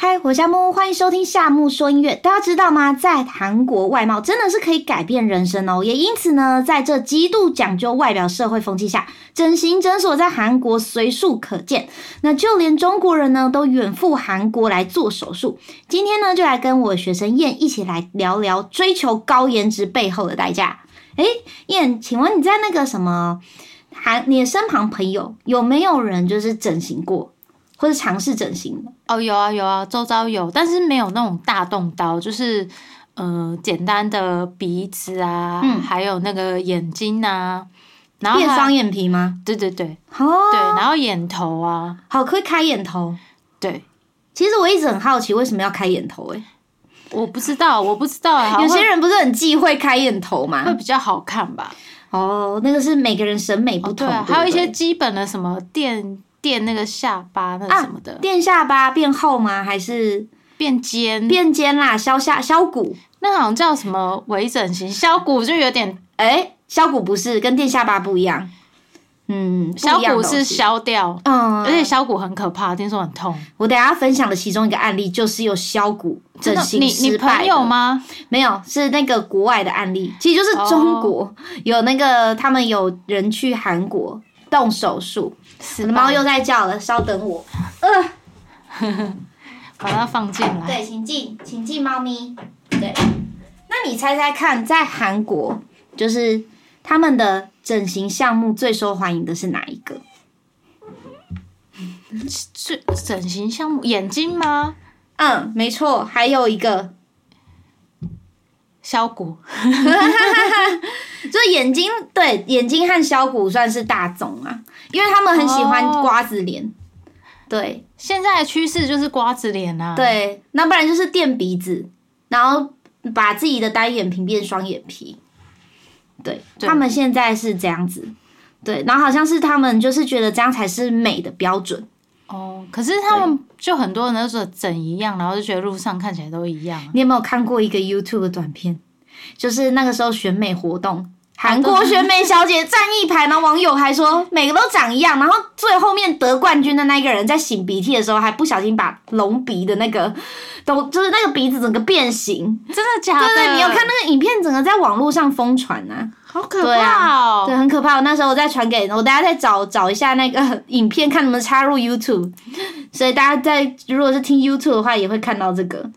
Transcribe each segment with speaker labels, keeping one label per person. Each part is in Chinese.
Speaker 1: 嗨，我是夏木，欢迎收听夏木说音乐。大家知道吗？在韩国，外貌真的是可以改变人生哦。也因此呢，在这极度讲究外表社会风气下，整形诊所在韩国随处可见。那就连中国人呢，都远赴韩国来做手术。今天呢，就来跟我学生燕一起来聊聊追求高颜值背后的代价。诶，燕，请问你在那个什么韩，你的身旁朋友有没有人就是整形过，或是尝试整形的？
Speaker 2: 哦，有啊有啊，周遭有，但是没有那种大动刀，就是呃简单的鼻子啊，
Speaker 1: 嗯
Speaker 2: 还有那个眼睛啊，然后
Speaker 1: 变
Speaker 2: 还
Speaker 1: 双眼皮吗？
Speaker 2: 对对对
Speaker 1: 哦，
Speaker 2: 对，然后眼头啊，
Speaker 1: 好，会开眼头。
Speaker 2: 对，
Speaker 1: 其实我一直很好奇，为什么要开眼头、欸？
Speaker 2: 我不知 道，我不知道啊，
Speaker 1: 有
Speaker 2: 会
Speaker 1: 些人不啊是很忌讳开眼头
Speaker 2: 会
Speaker 1: 吗？
Speaker 2: 比较好看吧？
Speaker 1: 哦，那个是每个人审美不
Speaker 2: 哦，对
Speaker 1: 同，
Speaker 2: 啊，
Speaker 1: 对不
Speaker 2: 还有一些
Speaker 1: 对
Speaker 2: 基本的什么垫垫那个下巴那
Speaker 1: 啊
Speaker 2: 什么的，
Speaker 1: 垫下巴变厚吗？还是
Speaker 2: 变尖，
Speaker 1: 变尖啦？削下削骨？
Speaker 2: 那好像叫什么微整形，削骨就有点，
Speaker 1: 哎、削骨不是跟垫下巴不一样。嗯，不一
Speaker 2: 削
Speaker 1: 样的东
Speaker 2: 骨是
Speaker 1: 西。
Speaker 2: 削掉，
Speaker 1: 嗯，
Speaker 2: 而且削骨很可怕，听说很痛。
Speaker 1: 我等一下分享的其中一个案例就是有削骨整
Speaker 2: 真的
Speaker 1: 形
Speaker 2: 你
Speaker 1: 失败
Speaker 2: 你朋
Speaker 1: 的
Speaker 2: 友吗？
Speaker 1: 没有，是那个国外的案例，其实就是中国、有那个他们有人去韩国动手术。我
Speaker 2: 死
Speaker 1: 的猫又在叫了，稍等我。呃
Speaker 2: 把它放进来。
Speaker 1: 对，请进，请进，猫咪。对，那你猜猜看，在韩国就是他们的整形项目最受欢迎的是哪一个？
Speaker 2: 最整形项目，眼睛吗？
Speaker 1: 嗯，没错，还有一个
Speaker 2: 削骨，
Speaker 1: 就是眼睛，对，眼睛和削骨算是大众啊，因为他们很喜欢
Speaker 2: 哦
Speaker 1: 瓜子脸。对，
Speaker 2: 现在的趋势就是瓜子脸啊。，
Speaker 1: 对，那不然就是垫鼻子，然后把自己的单眼皮变双眼皮。对，
Speaker 2: 对
Speaker 1: 他们现在是这样子。对，然后好像是他们就是觉得这样才是美的标准。
Speaker 2: 哦，可是他们就很多人都说整一样，然后就觉得路上看起来都一样啊。
Speaker 1: 你有没有看过一个 YouTube 的短片？就是那个时候选美活动，韩国选美小姐站一排，然后网友还说每个都长一样，然后最后面得冠军的那个人在擤鼻涕的时候，还不小心把隆鼻的那个都就是那个鼻子整个变形。
Speaker 2: 真的假的？
Speaker 1: 对对，你有看那个影片，整个在网络上疯传啊。
Speaker 2: 好可怕
Speaker 1: 对，
Speaker 2: 哦！
Speaker 1: 很可怕。我那时候我再传给我，大家再找找一下那个影片，看能不能插入 YouTube。所以大家在如果是听 YouTube 的话，也会看到这个。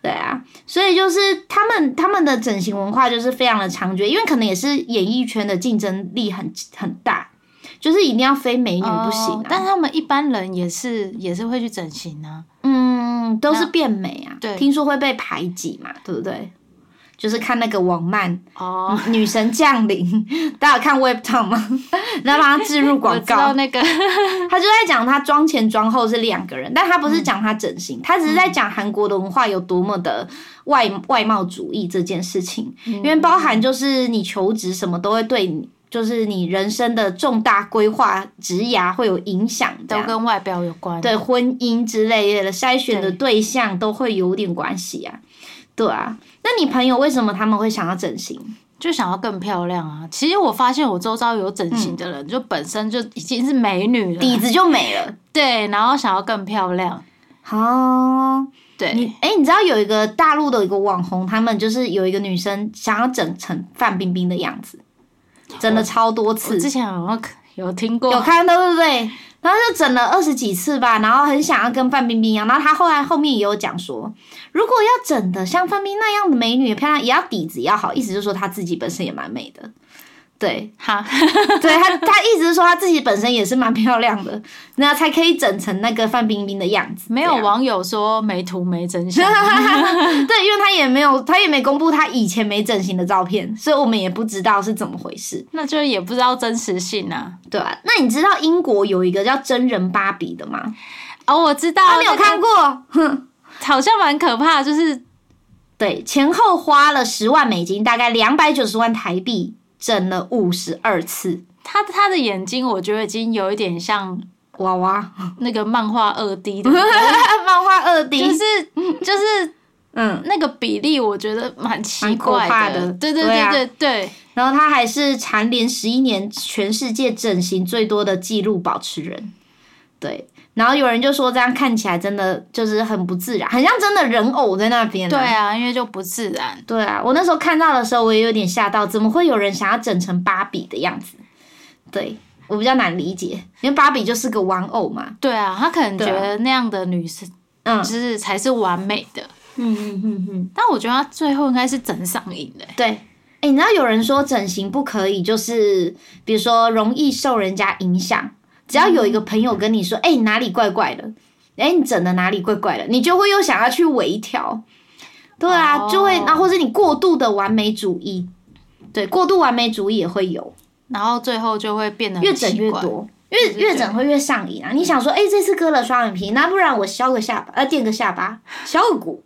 Speaker 1: 对啊，所以就是他们他们的整形文化就是非常的猖獗，因为可能也是演艺圈的竞争力很很大，就是一定要非美女不行、
Speaker 2: 哦
Speaker 1: 啊
Speaker 2: 但他们一般人也是也是会去整形啊。
Speaker 1: 嗯，都是变美啊。
Speaker 2: 对
Speaker 1: 听说会被排挤嘛，对不对？就是看那个网漫
Speaker 2: 哦，
Speaker 1: 《女神降临》，大家有看 Web Town 吗？ 然后帮他置入
Speaker 2: 我
Speaker 1: 广
Speaker 2: 知道
Speaker 1: 告，
Speaker 2: 那个
Speaker 1: 他就在讲他妆前妆后是两个人，但他不
Speaker 2: 嗯
Speaker 1: 是讲他整形，他只是在讲韩国的文化有多么的外外貌主义这件事情，
Speaker 2: 嗯
Speaker 1: 因为包含就是你求职什么都会对你，就是你人生的重大规划、职涯会有影响，这
Speaker 2: 都
Speaker 1: 样
Speaker 2: 跟外表有关。
Speaker 1: 对婚姻之类的筛选的对象都会有点关系啊，对啊，那你朋友为什么他们会想要整形？
Speaker 2: 就想要更漂亮啊！其实我发现我周遭有整形的
Speaker 1: 嗯
Speaker 2: 人，就本身就已经是美女
Speaker 1: 底
Speaker 2: 了，
Speaker 1: 子就没了。
Speaker 2: 对，然后想要更漂亮，
Speaker 1: 哦，
Speaker 2: 对，
Speaker 1: 你哎、你知道有一个大陆的有一个网红，他们就是有一个女生想要整成范冰冰的样子，整了
Speaker 2: 哦
Speaker 1: 超多
Speaker 2: 我
Speaker 1: 次，
Speaker 2: 之前好像有听过
Speaker 1: 有，看到对不对？然后就整了二十几次吧，然后很想要跟范冰冰一样。然后她后来后面也有讲说，如果要整的像范冰冰那样的美女漂亮，也要底子也要好，意思就是说她自己本身也蛮美的。对，
Speaker 2: 哈，
Speaker 1: 对她她一直说她自己本身也是蛮漂亮的，那才可以整成那个范冰冰的样子。
Speaker 2: 没
Speaker 1: 这
Speaker 2: 有
Speaker 1: 样
Speaker 2: 网友说没图没真相，
Speaker 1: 啊对，因为他也没有，他也没公布他以前没整形的照片，所以我们也不知道是怎么回事，
Speaker 2: 那就也不知道真实性啊。
Speaker 1: 对吧、那你知道英国有一个叫真人芭比的吗？
Speaker 2: 哦，我知道，
Speaker 1: 啊，你有看
Speaker 2: 那
Speaker 1: 过？
Speaker 2: 个，好像蛮可怕的，就是
Speaker 1: 对，前后花了十万美金，大概两百九十万台币，整了五十二次
Speaker 2: 他他的眼睛，我觉得已经有一点像
Speaker 1: 娃娃
Speaker 2: 那个漫画二 D 的，
Speaker 1: 漫画二 D，、
Speaker 2: 就是嗯就是
Speaker 1: 嗯，
Speaker 2: 那个比例，我觉得蛮奇
Speaker 1: 蛮可
Speaker 2: 怪
Speaker 1: 怕的
Speaker 2: 对对
Speaker 1: 对啊
Speaker 2: 对对对。
Speaker 1: 然后他还是蝉联十一年全世界整形最多的纪录保持人。对，然后有人就说这样看起来真的就是很不自然，很像真的人偶在那边、
Speaker 2: 对，啊，因为就不自然。
Speaker 1: 对啊，我那时候看到的时候我也有点吓到，怎么会有人想要整成芭比的样子？对我比较难理解，因为芭比就是个玩偶嘛。
Speaker 2: 对啊，他可能觉
Speaker 1: 对啊
Speaker 2: 得那样的女生，
Speaker 1: 嗯
Speaker 2: 就是才是完美的。
Speaker 1: 嗯嗯嗯嗯，
Speaker 2: 但我觉得他最后应该是整上瘾的欸、
Speaker 1: 对。哎、你知道有人说整形不可以，就是比如说容易受人家影响。只要有一个
Speaker 2: 嗯
Speaker 1: 朋友跟你说，哎、你哪里怪怪的，哎、你整的哪里怪怪的，你就会又想要去微调。对啊
Speaker 2: 哦
Speaker 1: 就会，那或者你过度的完美主义，对，过度完美主义也会有。
Speaker 2: 然后最后就会变得很
Speaker 1: 越整
Speaker 2: 奇
Speaker 1: 越
Speaker 2: 怪。
Speaker 1: 多，越越整会越上瘾啊！你想说，
Speaker 2: 嗯
Speaker 1: 哎、这次割了双眼皮，那不然我削个下巴，呃，垫个下巴，削个骨，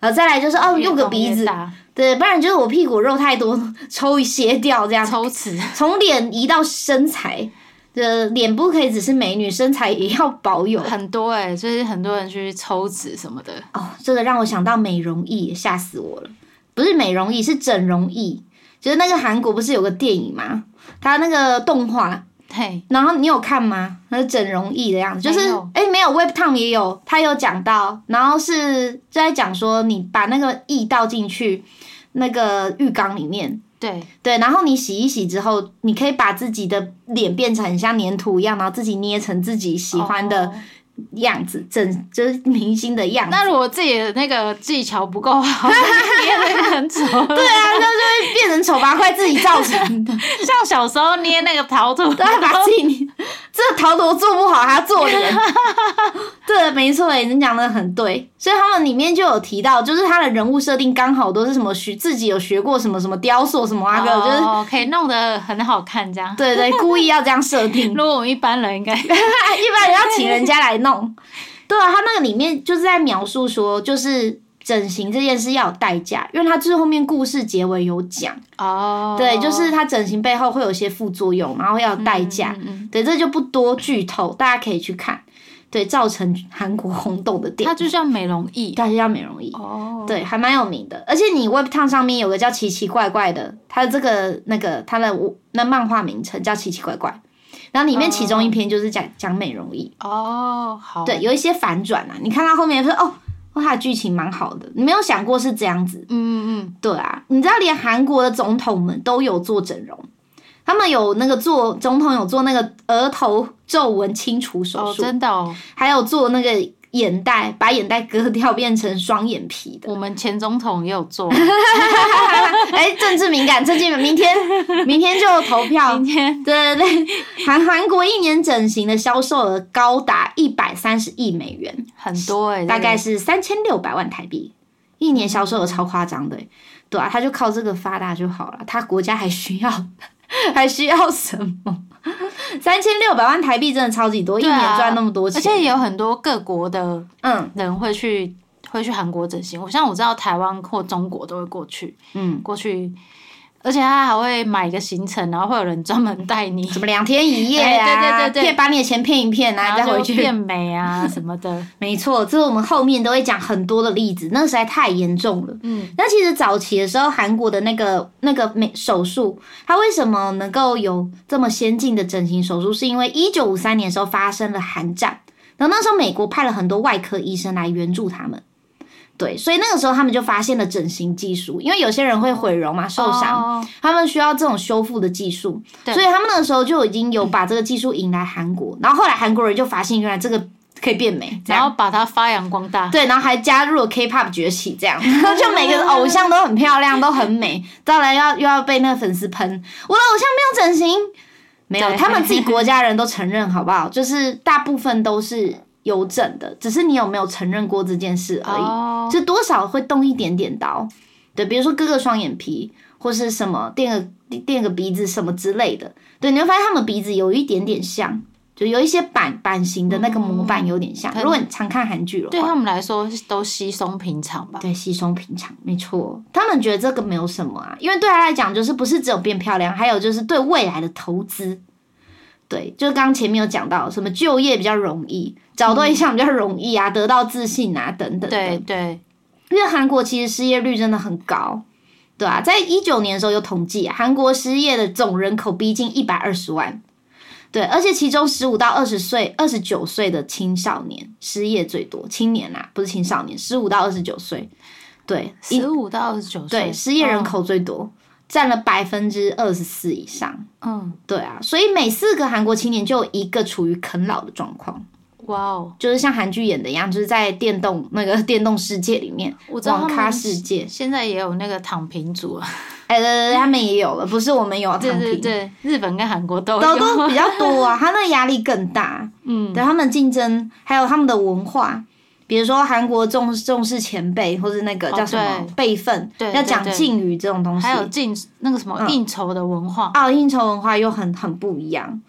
Speaker 1: 呃，再来就是哦，
Speaker 2: 越
Speaker 1: 用个
Speaker 2: 动
Speaker 1: 鼻
Speaker 2: 越
Speaker 1: 子，
Speaker 2: 大
Speaker 1: 对，不然就是我屁股肉太多， 抽一些掉这样，
Speaker 2: 抽脂，
Speaker 1: 从脸移到身材，呃，脸不可以只是美女，身材也要保 有。
Speaker 2: 很多哎、就是很多人去抽脂什么的。
Speaker 1: 哦，这个让我想到美容液，吓死我了！不是美容液，是整容液。就是那个韩国不是有个电影吗？它那个动画
Speaker 2: 嘿，
Speaker 1: 然后你有看吗？那是整容艺的样子，就是
Speaker 2: 没有
Speaker 1: 哎、没有 Web Tom 也有，他有讲到，然后是就在讲说你把那个液倒进去那个浴缸里面，
Speaker 2: 对，
Speaker 1: 对，然后你洗一洗之后，你可以把自己的脸变成很像粘土一样，然后自己捏成自己喜欢的
Speaker 2: 哦
Speaker 1: 样子，整就是明星的样子。
Speaker 2: 那如果自己的那个技巧不够好，捏那个很丑。
Speaker 1: 对啊，那就会变成丑八怪自己造成的，
Speaker 2: 像小时候捏那个陶土，
Speaker 1: 对，啊把自己捏这陶都做不好，还要做脸。 对，没错，你讲的很对。所以他们里面就有提到，就是他的人物设定刚好都是什么学自己有学过什么什么雕塑什么啊，哥、就是
Speaker 2: 哦，可以弄得很好看这样。
Speaker 1: 对对，故意要这样设定
Speaker 2: 如。果我们一般 人应该，
Speaker 1: 一般人要请人家来弄。 对啊，他那个里面就是在描述说，就是整形这件事要有代价，因为他最后面故事结尾有讲，
Speaker 2: 哦，
Speaker 1: 对，就是他整形背后会有一些副作用，然后要有代价。
Speaker 2: 嗯嗯
Speaker 1: 对，这就不多剧透，大家可以去看。对，造成韩国轰动的
Speaker 2: 嗯
Speaker 1: 电
Speaker 2: 它
Speaker 1: 影，
Speaker 2: 就叫美容液。
Speaker 1: 大家叫美容仪，
Speaker 2: 哦，
Speaker 1: 对，还蛮有名的。而且你 Web t o w n 上面有个叫奇奇怪怪的，它的这个那个它的那漫画名称叫奇奇怪怪，然后里面其中一篇就是讲讲美容仪，
Speaker 2: 哦，好，
Speaker 1: 对，，有一些反转啊，你看到后面说哦。哇，它的剧情蛮好的，你没有想过是这样子，
Speaker 2: 嗯嗯
Speaker 1: 对啊，你知道连韩国的总统们都有做整容，他们有那个做总统有做那个额头皱纹清除
Speaker 2: 嗯，
Speaker 1: 手
Speaker 2: 哦，
Speaker 1: 术，
Speaker 2: 真的哦，
Speaker 1: 还有做那个眼袋，把眼袋割掉变成双眼皮 的。
Speaker 2: 我们前总统也有 做，
Speaker 1: 哎、政治敏感，政治敏明天明天就投票
Speaker 2: 今。天
Speaker 1: 对对对，韩韩国一年整形的销售额高达一百三十亿美元，
Speaker 2: 很多哎，
Speaker 1: 大概是三千六百万台币，一年销售额超夸张的、对啊，他就靠这个发达就好了，他国家还需要 还需要什么？三千六百万台币真的超级多，一
Speaker 2: 对啊
Speaker 1: 年赚那么多
Speaker 2: 而
Speaker 1: 钱，
Speaker 2: 且也有很多各国的
Speaker 1: 嗯
Speaker 2: 人会去会去韩国整形，我像我知道台湾或中国都会过去
Speaker 1: 嗯，
Speaker 2: 过去，而且他还会买一个行程，然后会有人专门带 你，
Speaker 1: 什么两天一夜啊，
Speaker 2: 哎对对对对
Speaker 1: 骗把你的钱骗一骗啊，
Speaker 2: 然
Speaker 1: 再
Speaker 2: 后
Speaker 1: 回
Speaker 2: 就
Speaker 1: 去
Speaker 2: 变。美啊什么的，
Speaker 1: 没错，这是我们后面都会讲很多的例子，那实在太严重了。
Speaker 2: 嗯，
Speaker 1: 那其实早期的时候，韩国的那个那个美手术，它为什么能够有这么先进的整形手术？是因为一九五三年的时候发生了韩战，然后那时候美国派了很多外科医生来援助他们。对，所以那个时候他们就发现了整形技术，因为有些人会毁容嘛，受伤，
Speaker 2: 哦
Speaker 1: 他们需要这种修复的技术，
Speaker 2: 对
Speaker 1: 所以他们那个时候就已经有把这个技术引来韩国，然后后来韩国人就发现原来这个可以变美， 这
Speaker 2: 然
Speaker 1: 样
Speaker 2: 后把它发扬光大。
Speaker 1: 对，然后还加入了 K-pop 崛起，这样就每个偶像都很漂亮，都很 美，当然要又要被那个粉丝喷，我的偶像没有整形，没有，
Speaker 2: 对
Speaker 1: 他们自己国家人都承认，好不好？就是大部分都是有整的，只是你有没有承认过这件事而已。
Speaker 2: 哦，
Speaker 1: 就多少会动一点点刀，对，比如说割个双眼皮或是什么垫个垫个鼻子什么之类的，对，你会发现他们鼻子有一点点像，就有一些版版型的那个模
Speaker 2: 嗯
Speaker 1: 板有点像。
Speaker 2: 可能
Speaker 1: 如果你常看韩剧的
Speaker 2: 对
Speaker 1: 话，
Speaker 2: 他们来说都稀松平常吧。
Speaker 1: 对，稀松平常，没错。他们觉得这个没有什么啊，因为对他来讲，就是不是只有变漂亮，还有就是对未来的投资。对，就刚前面有讲到，什么就业比较容易，找对象比较容易啊，得到自信啊，等等的。
Speaker 2: 嗯对对，
Speaker 1: 因为韩国其实失业率真的很高，对啊，在一九年的时候有统计、啊，韩国失业的总人口逼近一百二十万，对，而且其中十五到二十岁、二十九岁的青少年失业最多，青年啦、啊不是青少年，十五到二十九岁，对，一
Speaker 2: 十五到二十九岁，
Speaker 1: 对，失业人口最多，占了百分之二十四以上。
Speaker 2: 嗯，
Speaker 1: 对啊，所以每四个韩国青年就有一个处于啃老的状况，
Speaker 2: 嗯，哇哦，
Speaker 1: 就是像韩剧演的一样，就是在电动那个电动世界里面，
Speaker 2: 我知道
Speaker 1: 网
Speaker 2: 他
Speaker 1: 咖
Speaker 2: 们
Speaker 1: 世界，
Speaker 2: 现在也有那个躺平族啊，
Speaker 1: 哎、对对对，他们也有了，不是我们有躺
Speaker 2: 对
Speaker 1: 平。
Speaker 2: 哦对对，日本跟韩国都
Speaker 1: 都
Speaker 2: 有，
Speaker 1: 都比较多啊，他那压力更大。
Speaker 2: 嗯，
Speaker 1: 对他们竞争，还有他们的文化，比如说韩国重重视前辈，或是那个
Speaker 2: 哦
Speaker 1: 叫什么辈分，
Speaker 2: 对对
Speaker 1: 要讲敬语这种东西。嗯
Speaker 2: 还有进那个什么应酬的文化，
Speaker 1: 奥运酬文化又很很不一样，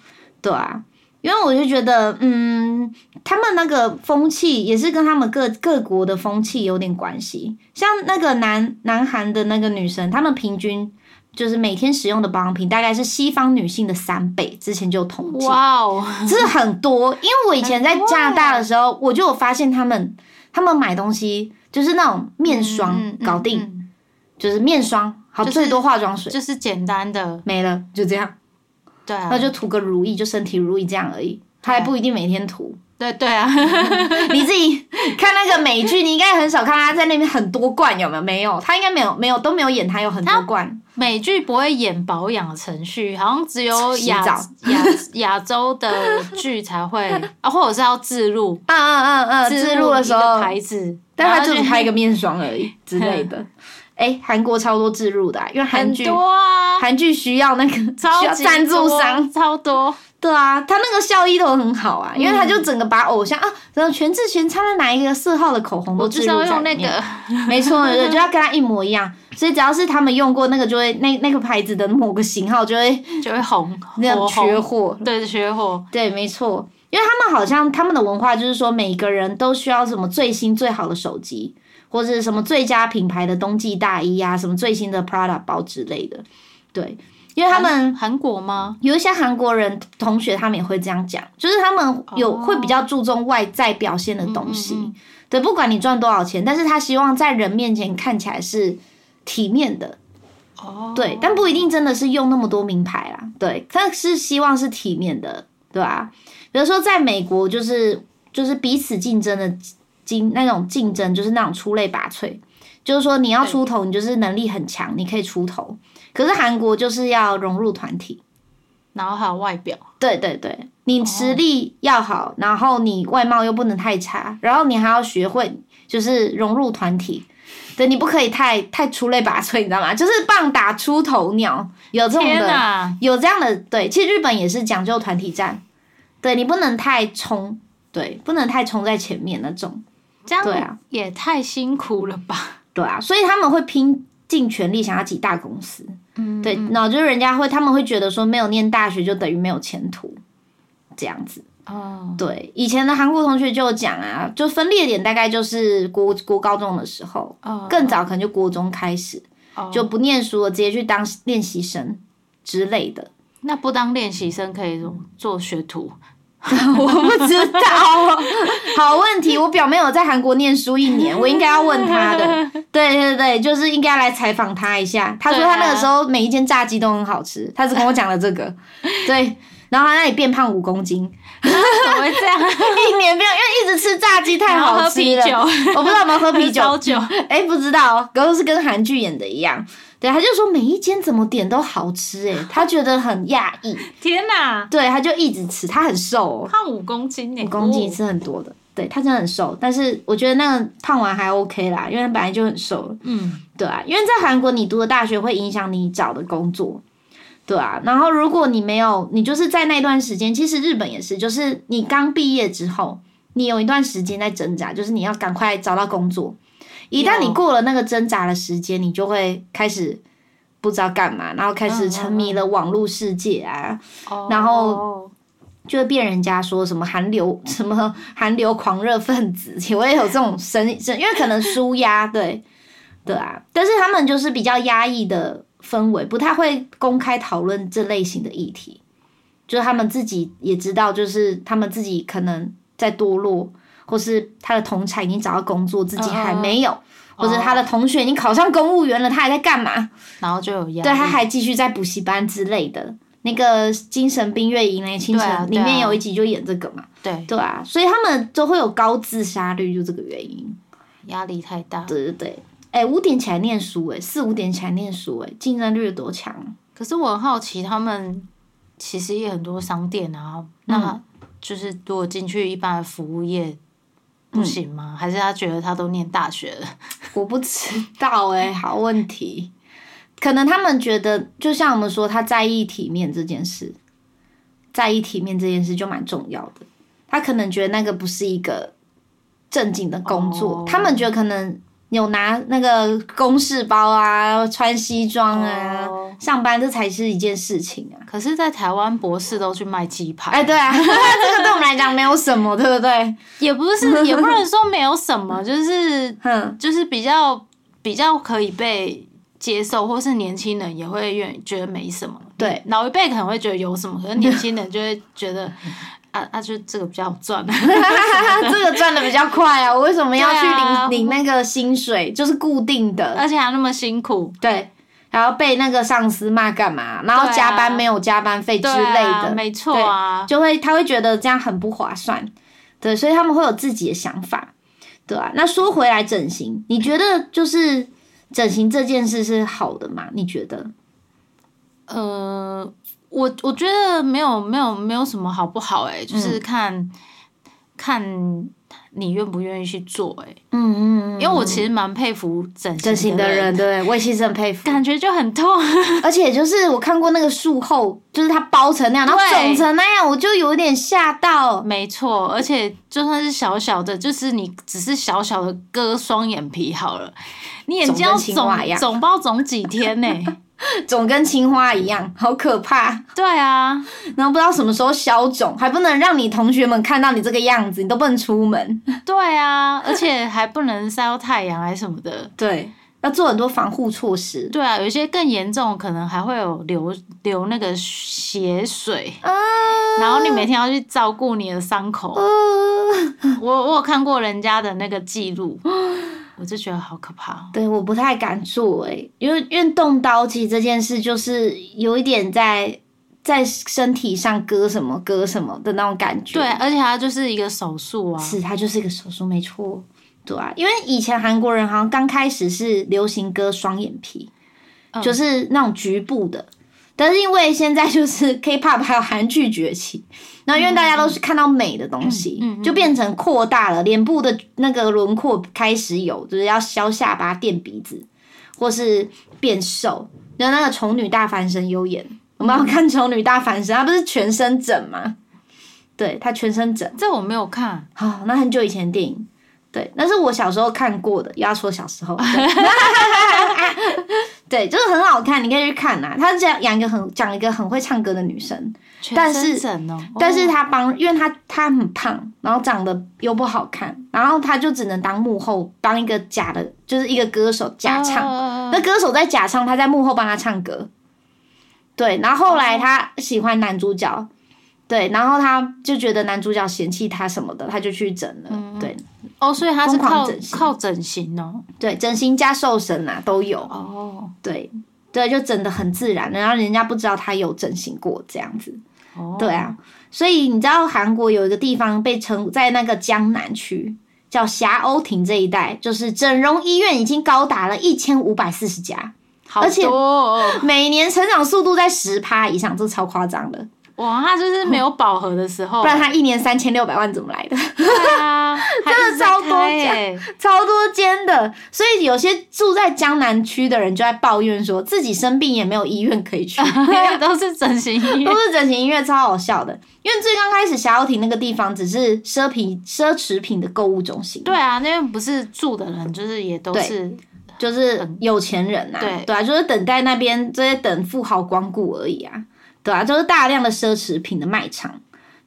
Speaker 1: 对啊。因为我就觉得，嗯，他们那个风气也是跟他们各各国的风气有点关系。像那个南南韩的那个女生，她们平均就是每天使用的保养品大概是西方女性的三倍，之前就有统计。
Speaker 2: 哇哦，
Speaker 1: 这很多，因为我以前在加拿大
Speaker 2: 欸
Speaker 1: 的时候，我就有发现他们，他们买东西就是那种面霜
Speaker 2: 嗯嗯
Speaker 1: 搞定，
Speaker 2: 嗯
Speaker 1: 就是面霜，好、
Speaker 2: 就是
Speaker 1: 最多化妆水
Speaker 2: 就是简单的，
Speaker 1: 没了，就这样，
Speaker 2: 对啊
Speaker 1: 那，就涂个乳液，就身体乳液这样而已，他还不一定每天涂。
Speaker 2: 对对啊，
Speaker 1: 你自己看那个美剧，你应该很少看他在那边很多罐有没有？没有，他应该没有没有都没有演他有很多罐。
Speaker 2: 美剧不会演保养的程序，好像只有
Speaker 1: 洗
Speaker 2: 亚
Speaker 1: 澡
Speaker 2: 亚亚洲的剧 才会啊，或者是要自录
Speaker 1: 嗯嗯嗯嗯，自录的时
Speaker 2: 一个
Speaker 1: 候，
Speaker 2: 牌子，
Speaker 1: 但
Speaker 2: 然
Speaker 1: 他
Speaker 2: 后
Speaker 1: 就
Speaker 2: 去
Speaker 1: 只拍一个面霜而已之类 的。哎、韩国超多自录的啊、因为韩
Speaker 2: 很
Speaker 1: 剧
Speaker 2: 多啊，
Speaker 1: 韩剧需要那个
Speaker 2: 超
Speaker 1: 需要
Speaker 2: 级
Speaker 1: 赞助
Speaker 2: 多
Speaker 1: 商，
Speaker 2: 超多，
Speaker 1: 对啊，他那个效益都很好啊，因为他就
Speaker 2: 嗯
Speaker 1: 整个把偶像啊，然后全智贤擦的哪一个色号的口红都
Speaker 2: 我就是要
Speaker 1: 置入在
Speaker 2: 用那
Speaker 1: 里面，
Speaker 2: 个，
Speaker 1: 没错， 对，就要跟他一模一样，所以只要是他们用过那个，就会那那个牌子的某个型号就会
Speaker 2: 就会红，
Speaker 1: 那样
Speaker 2: 火
Speaker 1: 缺
Speaker 2: 红，
Speaker 1: 货，
Speaker 2: 对，缺货，
Speaker 1: 对，没错，因为他们好像他们的文化就是说，每个人都需要什么最新最好的手机，或者是什么最佳品牌的冬季大衣啊，什么最新的 Prada 包之类的，对，因为他们。
Speaker 2: 韩国吗？
Speaker 1: 有一些韩国人同学，他们也会这样讲，就是他们有、
Speaker 2: 哦
Speaker 1: 会比较注重外在表现的东西，
Speaker 2: 嗯嗯
Speaker 1: 对，不管你赚多少钱，但是他希望在人面前看起来是体面的，
Speaker 2: 哦，
Speaker 1: 对，但不一定真的是用那么多名牌啦，对，但是希望是体面的，对啊，比如说在美国，就是就是彼此竞争的竞那种竞争，就是那种出类拔萃，就是说你要出头，你就是能力很强，你可以出头，可是韩国就是要融入团体。
Speaker 2: 然后还有外表，
Speaker 1: 对对对，你实力要好，然后你外貌又不能太差，然后你还要学会就是融入团体。对你不可以太太出类拔萃，你知道吗？就是 棒打出头鸟，有这种
Speaker 2: 天啊
Speaker 1: 的，
Speaker 2: 哪，
Speaker 1: 有这样的。对，其实日本也是讲究团体战，对你不能太冲，对，不能太冲在前面那种，
Speaker 2: 这样
Speaker 1: 对啊
Speaker 2: 也太辛苦了吧？
Speaker 1: 对啊，所以他们会拼尽全力想要挤大公司，
Speaker 2: 嗯，
Speaker 1: 对，然后就是人家会他们会觉得说没有念大学就等于没有前途，这样子。
Speaker 2: 哦，
Speaker 1: 对，以前的韩国同学就有讲啊，就分裂点大概就是国国高中的时候，
Speaker 2: 哦
Speaker 1: 更早可能就国中开始
Speaker 2: 哦
Speaker 1: 就不念书了，直接去当练习生之类 的。
Speaker 2: 那不当练习生可以做做学 徒，
Speaker 1: 我不知道，啊好问题。我表妹有在韩国念书一年，我应该要问她 的。对对对，就是应该来采访她一下。她说
Speaker 2: 对啊
Speaker 1: 她那个时候每一间炸鸡都很好吃，她只跟我讲了这个。 对，然后她那里变胖五公斤，
Speaker 2: 怎么会这 样？
Speaker 1: 一年变，因为一直吃炸鸡太
Speaker 2: 然后
Speaker 1: 好
Speaker 2: 喝
Speaker 1: 吃
Speaker 2: 啤
Speaker 1: 了。
Speaker 2: 酒，
Speaker 1: 我不知道有没有喝啤酒，
Speaker 2: 烧酒，
Speaker 1: 哎、不知道哦，都是跟韩剧演的一样。对，他就说每一间怎么点都好吃、哎，他觉得很讶异。
Speaker 2: 天哪，
Speaker 1: 对，他就一直吃，他很瘦哦，
Speaker 2: 胖五公斤呢，
Speaker 1: 五公斤
Speaker 2: 哦
Speaker 1: 是很多的。对他真的很瘦，但是我觉得那个胖完还 OK 啦，因为本来就很瘦了。
Speaker 2: 嗯，
Speaker 1: 对啊，因为在韩国你读的大学会影响你找的工作。对啊，然后如果你没有，你就是在那段时间，其实日本也是，就是你刚毕业之后，你有一段时间在挣扎，就是你要赶快找到工作。一旦
Speaker 2: 有
Speaker 1: 你过了那个挣扎的时间，你就会开始不知道干嘛，然后开始
Speaker 2: 嗯嗯
Speaker 1: 沉迷了网络世界啊，
Speaker 2: 哦
Speaker 1: 然后就会变人家说什么韩流 什么韩流狂热分子，也会有这种声声，因为可能舒压，对对啊，但是他们就是比较压抑的氛围，不太会公开讨论这类型的议题，就是他们自己也知道，就是他们自己可能在堕落，或是他的同才已经找到工作，自己还没
Speaker 2: 嗯
Speaker 1: 有。或者他的同学已经考上公务员了，他还在干嘛？
Speaker 2: 哦然后就有压力，
Speaker 1: 对，他还继续在补习班之类的。那个精神病院营那清
Speaker 2: 对啊
Speaker 1: 晨里
Speaker 2: 对啊
Speaker 1: 面有一集就演这个嘛，
Speaker 2: 对，
Speaker 1: 对啊，所以他们都会有高自杀率，就这个原因。
Speaker 2: 压力太大。
Speaker 1: 对对对，哎、五点起来念书、哎，四五点起来念书、哎，竞争率有多强啊？
Speaker 2: 可是我很好奇，他们其实也很多商店啊，那就是如果进去一般的服务业。不行吗？还是他觉得他都念大学了？
Speaker 1: 我不知道哎、好问题。可能他们觉得，就像我们说，他在意体面这件事，在意体面这件事就蛮重要的。他可能觉得那个不是一个正经的工作，
Speaker 2: 哦
Speaker 1: 他们觉得可能有拿那个公事包啊，穿西装啊，
Speaker 2: 哦
Speaker 1: 上班这才是一件事情啊。
Speaker 2: 可是，在台湾博士都去卖鸡排，
Speaker 1: 哎、对啊， 这个对我们来讲没有什么，对不对？
Speaker 2: 也不 是，也不能说没有什么，就是
Speaker 1: 哼，
Speaker 2: 就是比较比较可以被接受，或是年轻人也会愿觉得没什么。
Speaker 1: 对，
Speaker 2: 老一辈可能会觉得有什么，可是年轻人就会觉 得啊啊，就这个比较好赚。
Speaker 1: 这个赚的比较快啊，我为什么要去领、
Speaker 2: 对啊
Speaker 1: 领那个薪水？就是固定的，
Speaker 2: 而且还那么辛苦
Speaker 1: 对，然后被那个上司骂干嘛，然后
Speaker 2: 对啊
Speaker 1: 加班没有加班费之
Speaker 2: 对
Speaker 1: 类
Speaker 2: 啊
Speaker 1: 的，
Speaker 2: 没错啊，
Speaker 1: 就会他会觉得这样很不划算，对，所以他们会有自己的想法，对啊。那说回来整形，你觉得就是整形这件事是好的吗？你觉得？
Speaker 2: 呃，我我觉得没有没有没有什么好不好哎、
Speaker 1: 嗯
Speaker 2: 就是看、看你愿不愿意去做哎、
Speaker 1: 嗯嗯，
Speaker 2: 因为我其实蛮佩服整
Speaker 1: 整形的
Speaker 2: 人，
Speaker 1: 人，对我也其实很佩服。
Speaker 2: 感觉就很痛。
Speaker 1: 而且就是我看过那个术后，就是它包成那样，然后
Speaker 2: 对
Speaker 1: 肿成那样，我就有点吓到。
Speaker 2: 没错，而且就算是小小的，就是你只是小小的割双眼皮好了，你眼睛要
Speaker 1: 肿跟青
Speaker 2: 肿
Speaker 1: 蛙一样
Speaker 2: 肿包肿几天欸呢、
Speaker 1: 肿跟青花一样，好可怕。
Speaker 2: 对啊，
Speaker 1: 然后不知道什么时候消肿，还不能让你同学们看到你这个样子，你都不能出门。
Speaker 2: 对啊，而且还不能晒到太阳还是什么的。
Speaker 1: 对，要做很多防护措施。
Speaker 2: 对啊，有一些更严重，可能还会有流流那个血水，
Speaker 1: 啊，
Speaker 2: 然后你每天要去照顾你的伤口。
Speaker 1: 呃，
Speaker 2: 我我有看过人家的那个记录，我就觉得好可怕哦。
Speaker 1: 对，我不太敢做诶、哎因为因为动刀其实这件事就是有一点在在身体上割什么割什么的那种感觉。
Speaker 2: 对，，而且它就是一个手术啊。
Speaker 1: 是它就是一个手术，没错。对啊，因为以前韩国人好像刚开始是流行割双眼皮，
Speaker 2: 嗯
Speaker 1: 就是那种局部的。但是因为现在就是 K-pop 还有韩剧崛起，然后因为大家都是看到美的东西，
Speaker 2: 嗯嗯嗯
Speaker 1: 就变成扩大了脸部的那个轮廓开始有，就是要削下巴、垫鼻子，或是变瘦。然后那个《丑女大翻身》有演，我
Speaker 2: 嗯
Speaker 1: 们要看《丑女大翻身》，她不是全身整吗？对，她全身整。
Speaker 2: 这我没有看，
Speaker 1: 好、那很久以前的电影，对，那是我小时候看过的，又要说小时候，对 对，就是很好看，你可以去看呐、她是讲讲一个很讲一个很会唱歌的女生，但
Speaker 2: 全
Speaker 1: 是
Speaker 2: 身整哦。
Speaker 1: 但是
Speaker 2: 哦
Speaker 1: 她帮，因为她她很胖，然后长得又不好看，然后她就只能当幕后帮一个假的，就是一个歌手假唱。
Speaker 2: 哦
Speaker 1: 那歌手在假唱，他在幕后帮他唱歌。对，然后后来他喜欢男主角，对，然后他就觉得男主角嫌弃他什么的，他就去整了。对
Speaker 2: 哦，所以他是
Speaker 1: 疯狂
Speaker 2: 靠
Speaker 1: 整形
Speaker 2: 靠整形哦。
Speaker 1: 对，整形加瘦身啊都有。
Speaker 2: 哦
Speaker 1: 对对，就整的很自然，然后人家不知道他有整形过这样子。
Speaker 2: 哦，
Speaker 1: 对啊，所以你知道韩国有一个地方被称在那个江南区。叫霞欧亭这一带，就是整容医院已经高达了一千五百四十家，
Speaker 2: 好
Speaker 1: 而且
Speaker 2: 多哦
Speaker 1: 每年成长速度在十趴以上，这超夸张的。
Speaker 2: 哇，他就是没有饱和的时候，
Speaker 1: 不然他一年三千六百万怎么来的？
Speaker 2: 对啊，
Speaker 1: 真
Speaker 2: 真
Speaker 1: 的超多超多间的，所以有些住在江南区的人就在抱怨说，自己生病也没有医院可以去，
Speaker 2: 欸 都是整形医 院
Speaker 1: 都是整形医院，超好笑的。因为最刚开始霞欧亭那个地方只是奢品奢侈品的购物中心，
Speaker 2: 对啊，那边不是住的人，就是也都是
Speaker 1: 就是有钱人呐、
Speaker 2: 对
Speaker 1: 对啊，就是等待那边这些等富豪光顾而已啊，对啊，就是大量的奢侈品的卖场，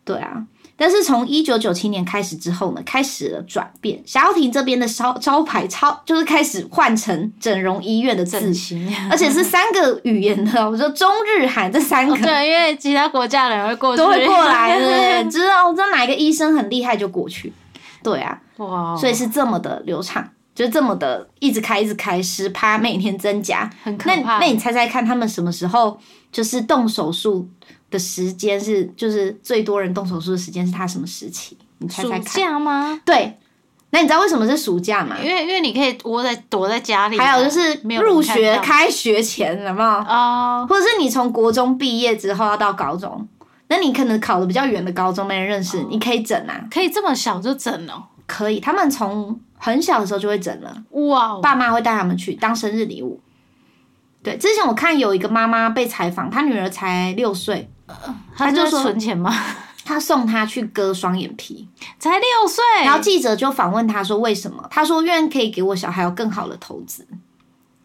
Speaker 1: 对啊。但是从一九九七年开始之后呢，开始了转变，霞耀亭这边的招招牌超就是开始换成整容医院的字
Speaker 2: 整，形。
Speaker 1: 而且是三个语言的，我说中日韩这三个、
Speaker 2: 哦对，因为其他国家人会过去，
Speaker 1: 都会过 来，对不对？知道知道哪一个医生很厉害就过去，对啊，
Speaker 2: 哇，哦
Speaker 1: 所以是这么的流畅。就这么的一直开一直开，十趴每天增加。
Speaker 2: 很可
Speaker 1: 那
Speaker 2: 怕。
Speaker 1: 那你猜猜看，他们什么时候就是动手术的时间是，就是最多人动手术的时间是他什么时期？你猜猜
Speaker 2: 暑
Speaker 1: 看。
Speaker 2: 假吗？
Speaker 1: 对，那你知道为什么是暑假吗？
Speaker 2: 因为因为你可以窝在躲在家里啊，
Speaker 1: 还有就是
Speaker 2: 没有人
Speaker 1: 入
Speaker 2: 看
Speaker 1: 学
Speaker 2: 到
Speaker 1: 开学前，有没有？
Speaker 2: 哦，
Speaker 1: 或者是你从国中毕业之后要到高中，那你可能考的比较远的高中没人认识，
Speaker 2: 哦
Speaker 1: 你可以整啊，
Speaker 2: 可以这么小就整哦，
Speaker 1: 可以。他们从很小的时候就会整了，
Speaker 2: 哇哦，
Speaker 1: 爸妈会带他们去当生日礼物。对，之前我看有一个妈妈被采访，她女儿才六岁，
Speaker 2: 他
Speaker 1: 就
Speaker 2: 就
Speaker 1: 说
Speaker 2: 存钱吗？
Speaker 1: 她送她去割双眼皮，
Speaker 2: 才六岁，
Speaker 1: 然后记者就访问她说为什么？她说愿可以给我小孩有更好的投资，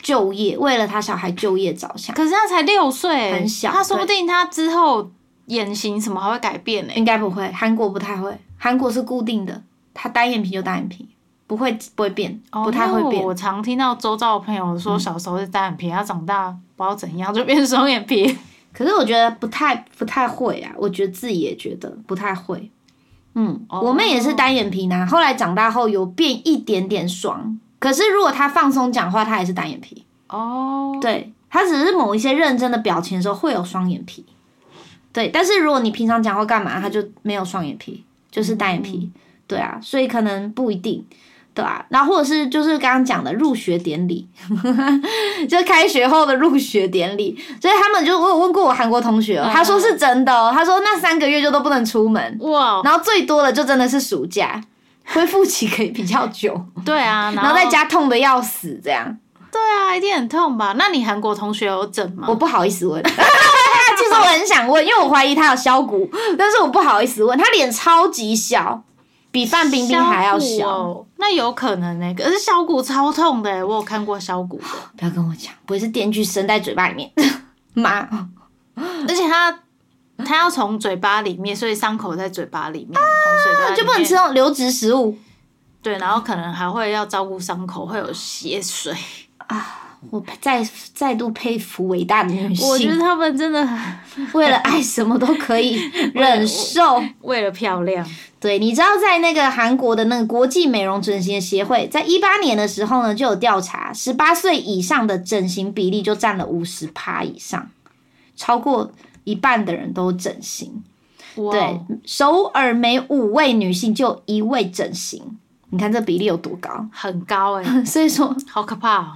Speaker 1: 就业，为了她小孩就业着想，
Speaker 2: 可是他才六岁，欸
Speaker 1: 很小
Speaker 2: 他说不定他之后眼型什么还会改变欸呢、
Speaker 1: 应该不会，韩国不太会，韩国是固定的，她单眼皮就单眼皮，不会不会变，
Speaker 2: 哦
Speaker 1: 不太会
Speaker 2: 因为
Speaker 1: 变。嗯
Speaker 2: 我我常听到周遭的朋友说，小时候是单眼皮，他长大不知道怎样就变双眼皮。
Speaker 1: 可是我觉得不太不太会啊，我觉得自己也觉得不太会。嗯，
Speaker 2: 哦
Speaker 1: 我妹也是单眼皮呢，后来长大后有变一点点双，可是如果她放松讲话，她也是单眼皮。
Speaker 2: 哦，
Speaker 1: 对，她只是某一些认真的表情的时候会有双眼皮。对，但是如果你平常讲话干嘛，她就没有双眼皮，就是单眼皮。对啊，所以可能不一定。对啊，然后或者是就是刚刚讲的入学典礼， 就开学后的入学典礼，所以他们就我有问过我韩国同学哦、他说是真的、哦，他说那三个月就都不能出门，
Speaker 2: 哇，
Speaker 1: 然后最多的就真的是暑假，恢复期可以比较久，
Speaker 2: 对啊，
Speaker 1: 然后在家痛的要死，这样
Speaker 2: 对啊，一定很痛吧？那你韩国同学有整吗？
Speaker 1: 我不好意思问。 其实我很想问，因为我怀疑他有削骨，但是我不好意思问，他脸超级小，比范冰冰还要
Speaker 2: 小
Speaker 1: 小。
Speaker 2: 哦，那有可能呢、可是小骨超痛的、欸我有看过小骨的，
Speaker 1: 不要跟我讲，不会是电锯伸在嘴巴里面？ 妈，
Speaker 2: 哦而且它它要从嘴巴里面，所以伤口在嘴巴里面，从嘴巴里面
Speaker 1: 就不能吃那种流质食物。
Speaker 2: 对，然后可能还会要照顾伤口，会有血水。
Speaker 1: 我再再度佩服伟大的女
Speaker 2: 我觉
Speaker 1: 性
Speaker 2: 得，他们真的很
Speaker 1: 为了爱什么都可以忍受。
Speaker 2: 为了漂亮，
Speaker 1: 对，你知道在那个韩国的那个国际美容整形的协会，在一八年的时候呢，就有调查，十八岁以上的整形比例就占了五十趴以上，超过一半的人都整形。
Speaker 2: 哇
Speaker 1: 对，首尔每五位女性就有一位整形，你看这比例有多高？
Speaker 2: 很高 哎、
Speaker 1: 所以说
Speaker 2: 好可怕哦、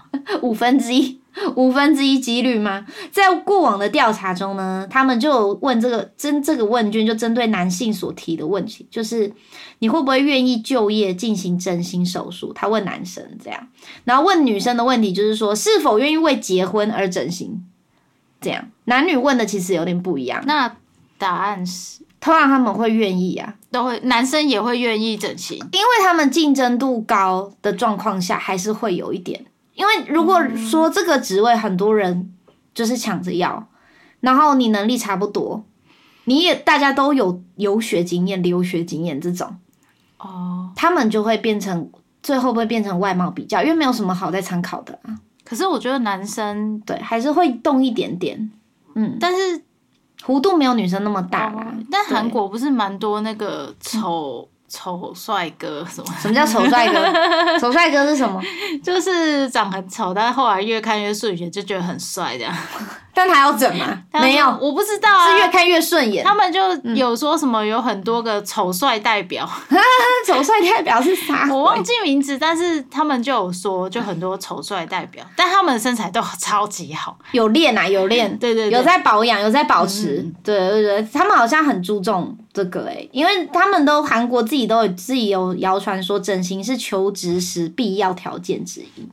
Speaker 1: 五分之一，五分之一几率吗？在过往的调查中呢，他们就有问这个针这个问卷，就针对男性所提的问题，就是你会不会愿意就业进行整形手术？他问男生这样，然后问女生的问题就是说是否愿意为结婚而整形，这样男女问的其实有点不一样，
Speaker 2: 那答案是
Speaker 1: 通常他们会愿意啊，
Speaker 2: 都会，男生也会愿意整形。
Speaker 1: 因为他们竞争度高的状况下，还是会有一点。因为如果说这个职位很多人就是抢着要，然后你能力差不多，你也大家都有游学经验、留学经验这种，
Speaker 2: 哦，
Speaker 1: 他们就会变成最后会变成外貌比较，因为没有什么好再参考的啊。
Speaker 2: 可是我觉得男生，
Speaker 1: 对，还是会动一点点，
Speaker 2: 但是
Speaker 1: 弧度没有女生那么大啦。
Speaker 2: 哦 但韩国不是蛮多那个丑丑帅哥什么，
Speaker 1: 什么叫丑帅哥？丑帅哥是什么？
Speaker 2: 就是长很丑，但后来越看越顺眼，就觉得很帅这样。
Speaker 1: 但他要整吗？ 没有，
Speaker 2: 我不知道啊。
Speaker 1: 是越嗯看越顺眼。
Speaker 2: 他们就有说什么有很多个丑帅代 表，
Speaker 1: 丑帅代表是啥？
Speaker 2: 我忘记名字，但是他们就有说就很多丑帅代表，但他们的身材都超级好。
Speaker 1: 有练啊，有练，
Speaker 2: 对对对嗯
Speaker 1: 有在保养，有在保持，对对对，他们好像很注重这个诶、因为他们都韩国自己都有自己有谣传说整形是求职时必要条件之一，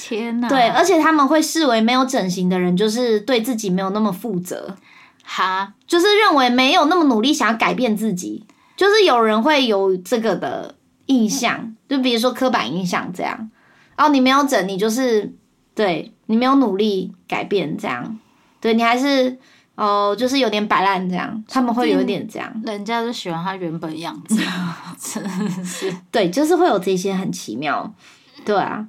Speaker 2: 天哪！
Speaker 1: 对，而且他们会视为没有整形的人就是对自己没有那么负责，
Speaker 2: 哈，
Speaker 1: 就是认为没有那么努力想要改变自己，就是有人会有这个的印象，就比如说刻板印象这样，哦，你没有整，你就是对你没有努力改变这样，对你还是哦，就是有点摆烂这样，他们会有一点这样，
Speaker 2: 人家就喜欢他原本样子， 真的是
Speaker 1: 对，就是会有这些很奇妙，对啊，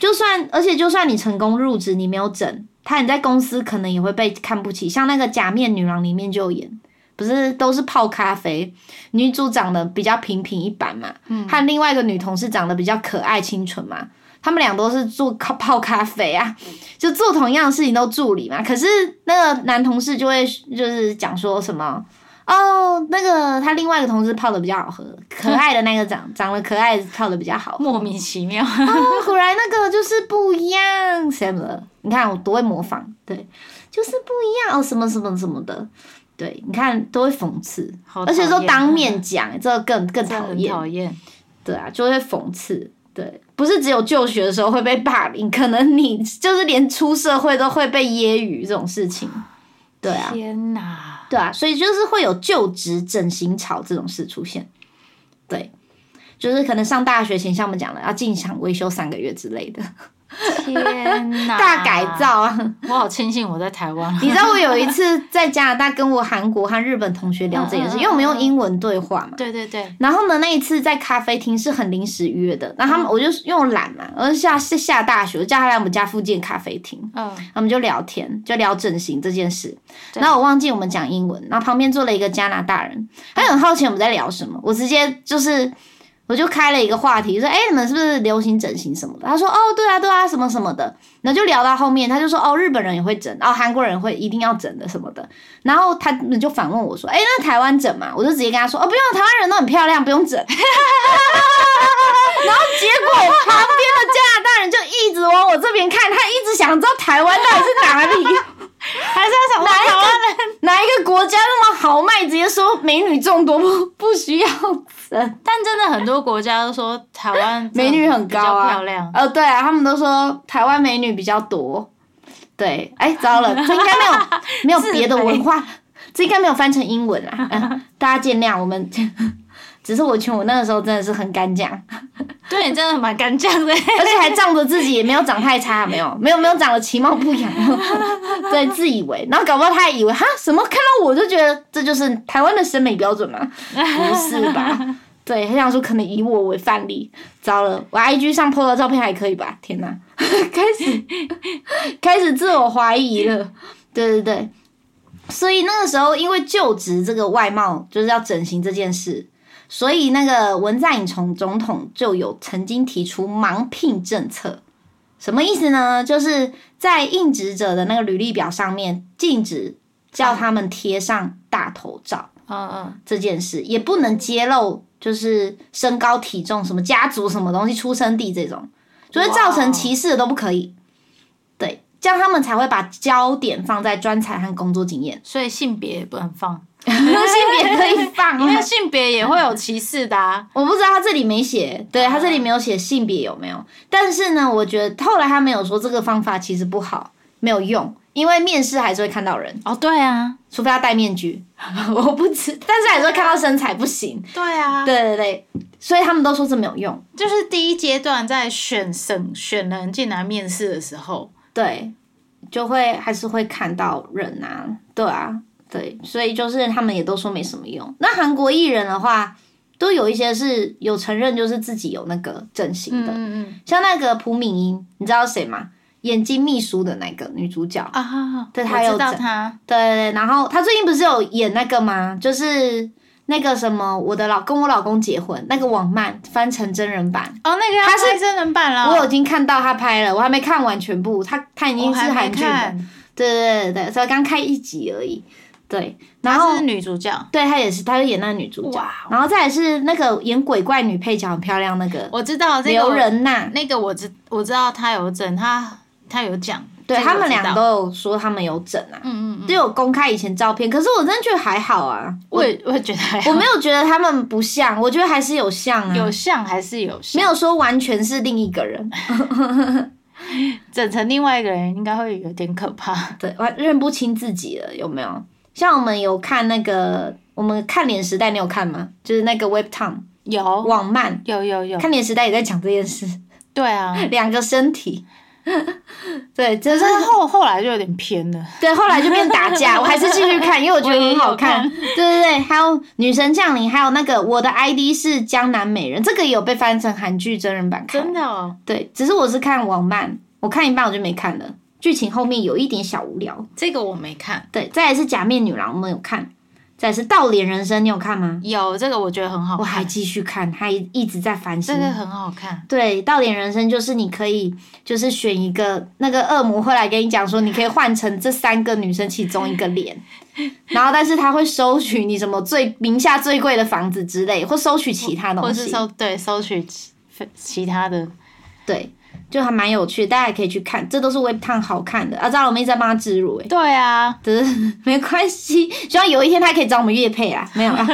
Speaker 1: 就算而且就算你成功入职，你没有整，他你在公司可能也会被看不起，像那个《假面女郎》里面就有演，不是都是泡咖啡，女主长得比较平平一般嘛，和另外一个女同事长得比较可爱清纯嘛，他们俩都是做咖泡咖啡啊，就做同样的事情都助理嘛。可是那个男同事就会就是讲说什么。哦，那个他另外一个同事泡的比较好喝，可爱的那个长长得可爱，泡的比较好。
Speaker 2: 莫名其 妙。
Speaker 1: 哦，果然那个就是不一样，什么？你看我多会模仿，对，就是不一样哦，什么什么什么的，对，你看都会讽刺，
Speaker 2: 好
Speaker 1: 而且
Speaker 2: 讨
Speaker 1: 都
Speaker 2: 厌
Speaker 1: 当
Speaker 2: 啊
Speaker 1: 面讲，这个更更
Speaker 2: 真的
Speaker 1: 讨
Speaker 2: 很
Speaker 1: 厌，
Speaker 2: 讨厌。
Speaker 1: 对啊，就会讽刺，对，不是只有就学的时候会被霸凌，可能你就是连出社会都会被揶揄这种事情，对啊，
Speaker 2: 天哪！
Speaker 1: 对啊，所以就是会有就职整形潮这种事出现。对，就是可能上大学前，像我们讲的，要进厂维修三个月之类的，
Speaker 2: 天哪！
Speaker 1: 大改！造啊。
Speaker 2: 我好庆幸我在台湾。
Speaker 1: 你知道我有一次在加拿大跟我韩国和日本同学聊这件事，因为我们用英文对话嘛。
Speaker 2: 对对对，
Speaker 1: 然后呢，那一次在咖啡厅是很临时约的，然后他们我就因为我懒嘛，而下是下大雪，我叫他来我们家附近的咖啡厅，
Speaker 2: 嗯，
Speaker 1: 我们就聊天，就聊整形这件事。
Speaker 2: 对
Speaker 1: 然后我忘记我们讲英文，然后旁边坐了一个加拿大人，他很好奇我们在聊什么，我直接就是。我就开了一个话题，说：“哎、你们是不是流行整形什么的？”他说：“哦，对啊，对啊，什么什么的。”然后就聊到后面，他就说：“哦，日本人也会整，哦，韩国人也会一定要整的什么的。”然后他们就反问我说：“哎、那台湾整嘛？”我就直接跟他说：“哦，不用，台湾人都很漂亮，不用整。”然后结果我旁边的加拿大人就一直往我这边看，他一直想知道台湾到底是哪里，
Speaker 2: 还是要想
Speaker 1: 哪一
Speaker 2: 台湾
Speaker 1: 个哪一个国家那么豪迈，直接说美女众多不不需要 整，
Speaker 2: 但真的很多国家都说台 湾
Speaker 1: 美女很高
Speaker 2: 比
Speaker 1: 啊，
Speaker 2: 较漂亮。
Speaker 1: 呃，对啊，他们都说台湾美女比较多。对，哎，糟了，这应该没有没有别的文化，这应该没有翻成英文啦、嗯 大家见谅，我们 只是我穷，我那个时候真的是很敢讲。
Speaker 2: 对你真的蛮敢讲的。
Speaker 1: 而且还仗着自己也没有长太差，没有，没有，没有长得其貌不扬， 对，自以为，然后搞不好他还以为哈什么，看到我就觉得这就是台湾的审美标准嘛，不是吧？对，他想说可能以我为范例，糟了，我 IG 上 PO 的照片还可以吧？天哪， 开始开始自我怀疑了，对对对，所以那个时候因为就职这个外貌就是要整形这件事，所以那个文在寅从总统就有曾经提出盲聘政策，什么意思呢？就是在应职者的那个履历表上面禁止叫他们贴上大头照
Speaker 2: 嗯嗯，，
Speaker 1: 这件事，也不能揭露就是身高、体重、什么家族、什么东西、出生地这种，就是造成歧视的都不可以。对，这样他们才会把焦点放在专才和工作经验
Speaker 2: 所以性别也不能放，
Speaker 1: 性别可以放、
Speaker 2: 因为性别也会有歧视的啊。
Speaker 1: 我不知道他这里没写，对他这里没有写性别有没有，但是呢，我觉得后来他没有说这个方法其实不好，没有用，因为面试还是会看到人，
Speaker 2: 哦，对啊，
Speaker 1: 除非他戴面具， 我不知，但是还是会看到身材不行，
Speaker 2: 对啊，
Speaker 1: 对对对，所以他们都说这没有用，
Speaker 2: 就是第一阶段在选省选人进来面试的时候，
Speaker 1: 对，就会还是会看到人啊，对啊，对，所以就是他们也都说没什么用。那韩国艺人的话，都有一些是有承认就是自己有那个整形的。
Speaker 2: 嗯嗯
Speaker 1: 像那个朴敏英，你知道谁吗？眼睛秘书的那个女主角，
Speaker 2: 啊，
Speaker 1: 对
Speaker 2: 我
Speaker 1: 他有
Speaker 2: 知道
Speaker 1: 整
Speaker 2: 他，
Speaker 1: 对对对。然后她最近不是有演那个吗？就是那个什么，我的老跟我老公结婚那个网漫翻成真人版，
Speaker 2: 哦，那个
Speaker 1: 他
Speaker 2: 他
Speaker 1: 是
Speaker 2: 是真人版了，哦
Speaker 1: 我已经看到她拍了，我还没看完全部，她她已经
Speaker 2: 我
Speaker 1: 是
Speaker 2: 还
Speaker 1: 韩
Speaker 2: 没
Speaker 1: 剧了，
Speaker 2: 看，
Speaker 1: 对对对对，才刚开一集而已。对，然后
Speaker 2: 她是女主角，
Speaker 1: 对她也是，她就演那个女主角
Speaker 2: 哇，哦
Speaker 1: 然后再来是那个演鬼怪女配角很漂亮那个
Speaker 2: 我知道这
Speaker 1: 刘
Speaker 2: 个
Speaker 1: 仁娜，
Speaker 2: 那个我知我知道他有整，他他有讲，
Speaker 1: 对
Speaker 2: 这个
Speaker 1: 他
Speaker 2: 我
Speaker 1: 们
Speaker 2: 知
Speaker 1: 俩
Speaker 2: 道，
Speaker 1: 都有说他们有整啊。
Speaker 2: 嗯嗯嗯，
Speaker 1: 都有公开以前照片，可是我真的觉得还好啊，
Speaker 2: 我也我也觉得还好
Speaker 1: 我没有觉得他们不像，我觉得还是有像啊，
Speaker 2: 有像还是有像，
Speaker 1: 没有说完全是另一个人，
Speaker 2: 整成另外一个人应该会有点可怕。
Speaker 1: 对，完认不清自己了，有没有？像我们有看那个，我们看脸时代，你有看吗？就是那个 Webtoon
Speaker 2: 有
Speaker 1: 网漫，
Speaker 2: 有有有，
Speaker 1: 看脸时代也在讲这件事，
Speaker 2: 对啊，
Speaker 1: 两个身体， 对，就
Speaker 2: 可
Speaker 1: 是
Speaker 2: 是后后来就有点偏了。
Speaker 1: 对，后来就变打 架，我还是继续看，因为我觉得很好
Speaker 2: 我
Speaker 1: 看。
Speaker 2: 也有
Speaker 1: 对对对，还有《女神降临》，还有那个《我的 ID 是江南美人》，这个也有被翻成韩剧真人版看。
Speaker 2: 真的哦，
Speaker 1: 对，只是我是看网漫，我看一半我就没看了，剧情后面有一点小无聊。
Speaker 2: 这个我没看。
Speaker 1: 对，再来是《假面女郎》，我们有看。再是《倒脸人生》，你有看吗？
Speaker 2: 有这个我觉得很好
Speaker 1: 我还
Speaker 2: 看，
Speaker 1: 继续看，他一一直在反省
Speaker 2: 这。个很好看。
Speaker 1: 对，倒脸人生就是你可以就是选一个那个恶魔会来跟你讲说，你可以换成这三个女生其中一个 脸，然后但是他会收取你什么最名下最贵的房子之类，或收取其他
Speaker 2: 或
Speaker 1: 东
Speaker 2: 是
Speaker 1: 西。
Speaker 2: 搜对搜取其其他的，
Speaker 1: 对，就还蛮有趣的，大家也可以去看，这都是 Web Town 好看的。啊，张我们一直在帮他植入、欸，
Speaker 2: 对啊，
Speaker 1: 只是 没关系，希望有一天他可以找我们乐配啊，没有啦。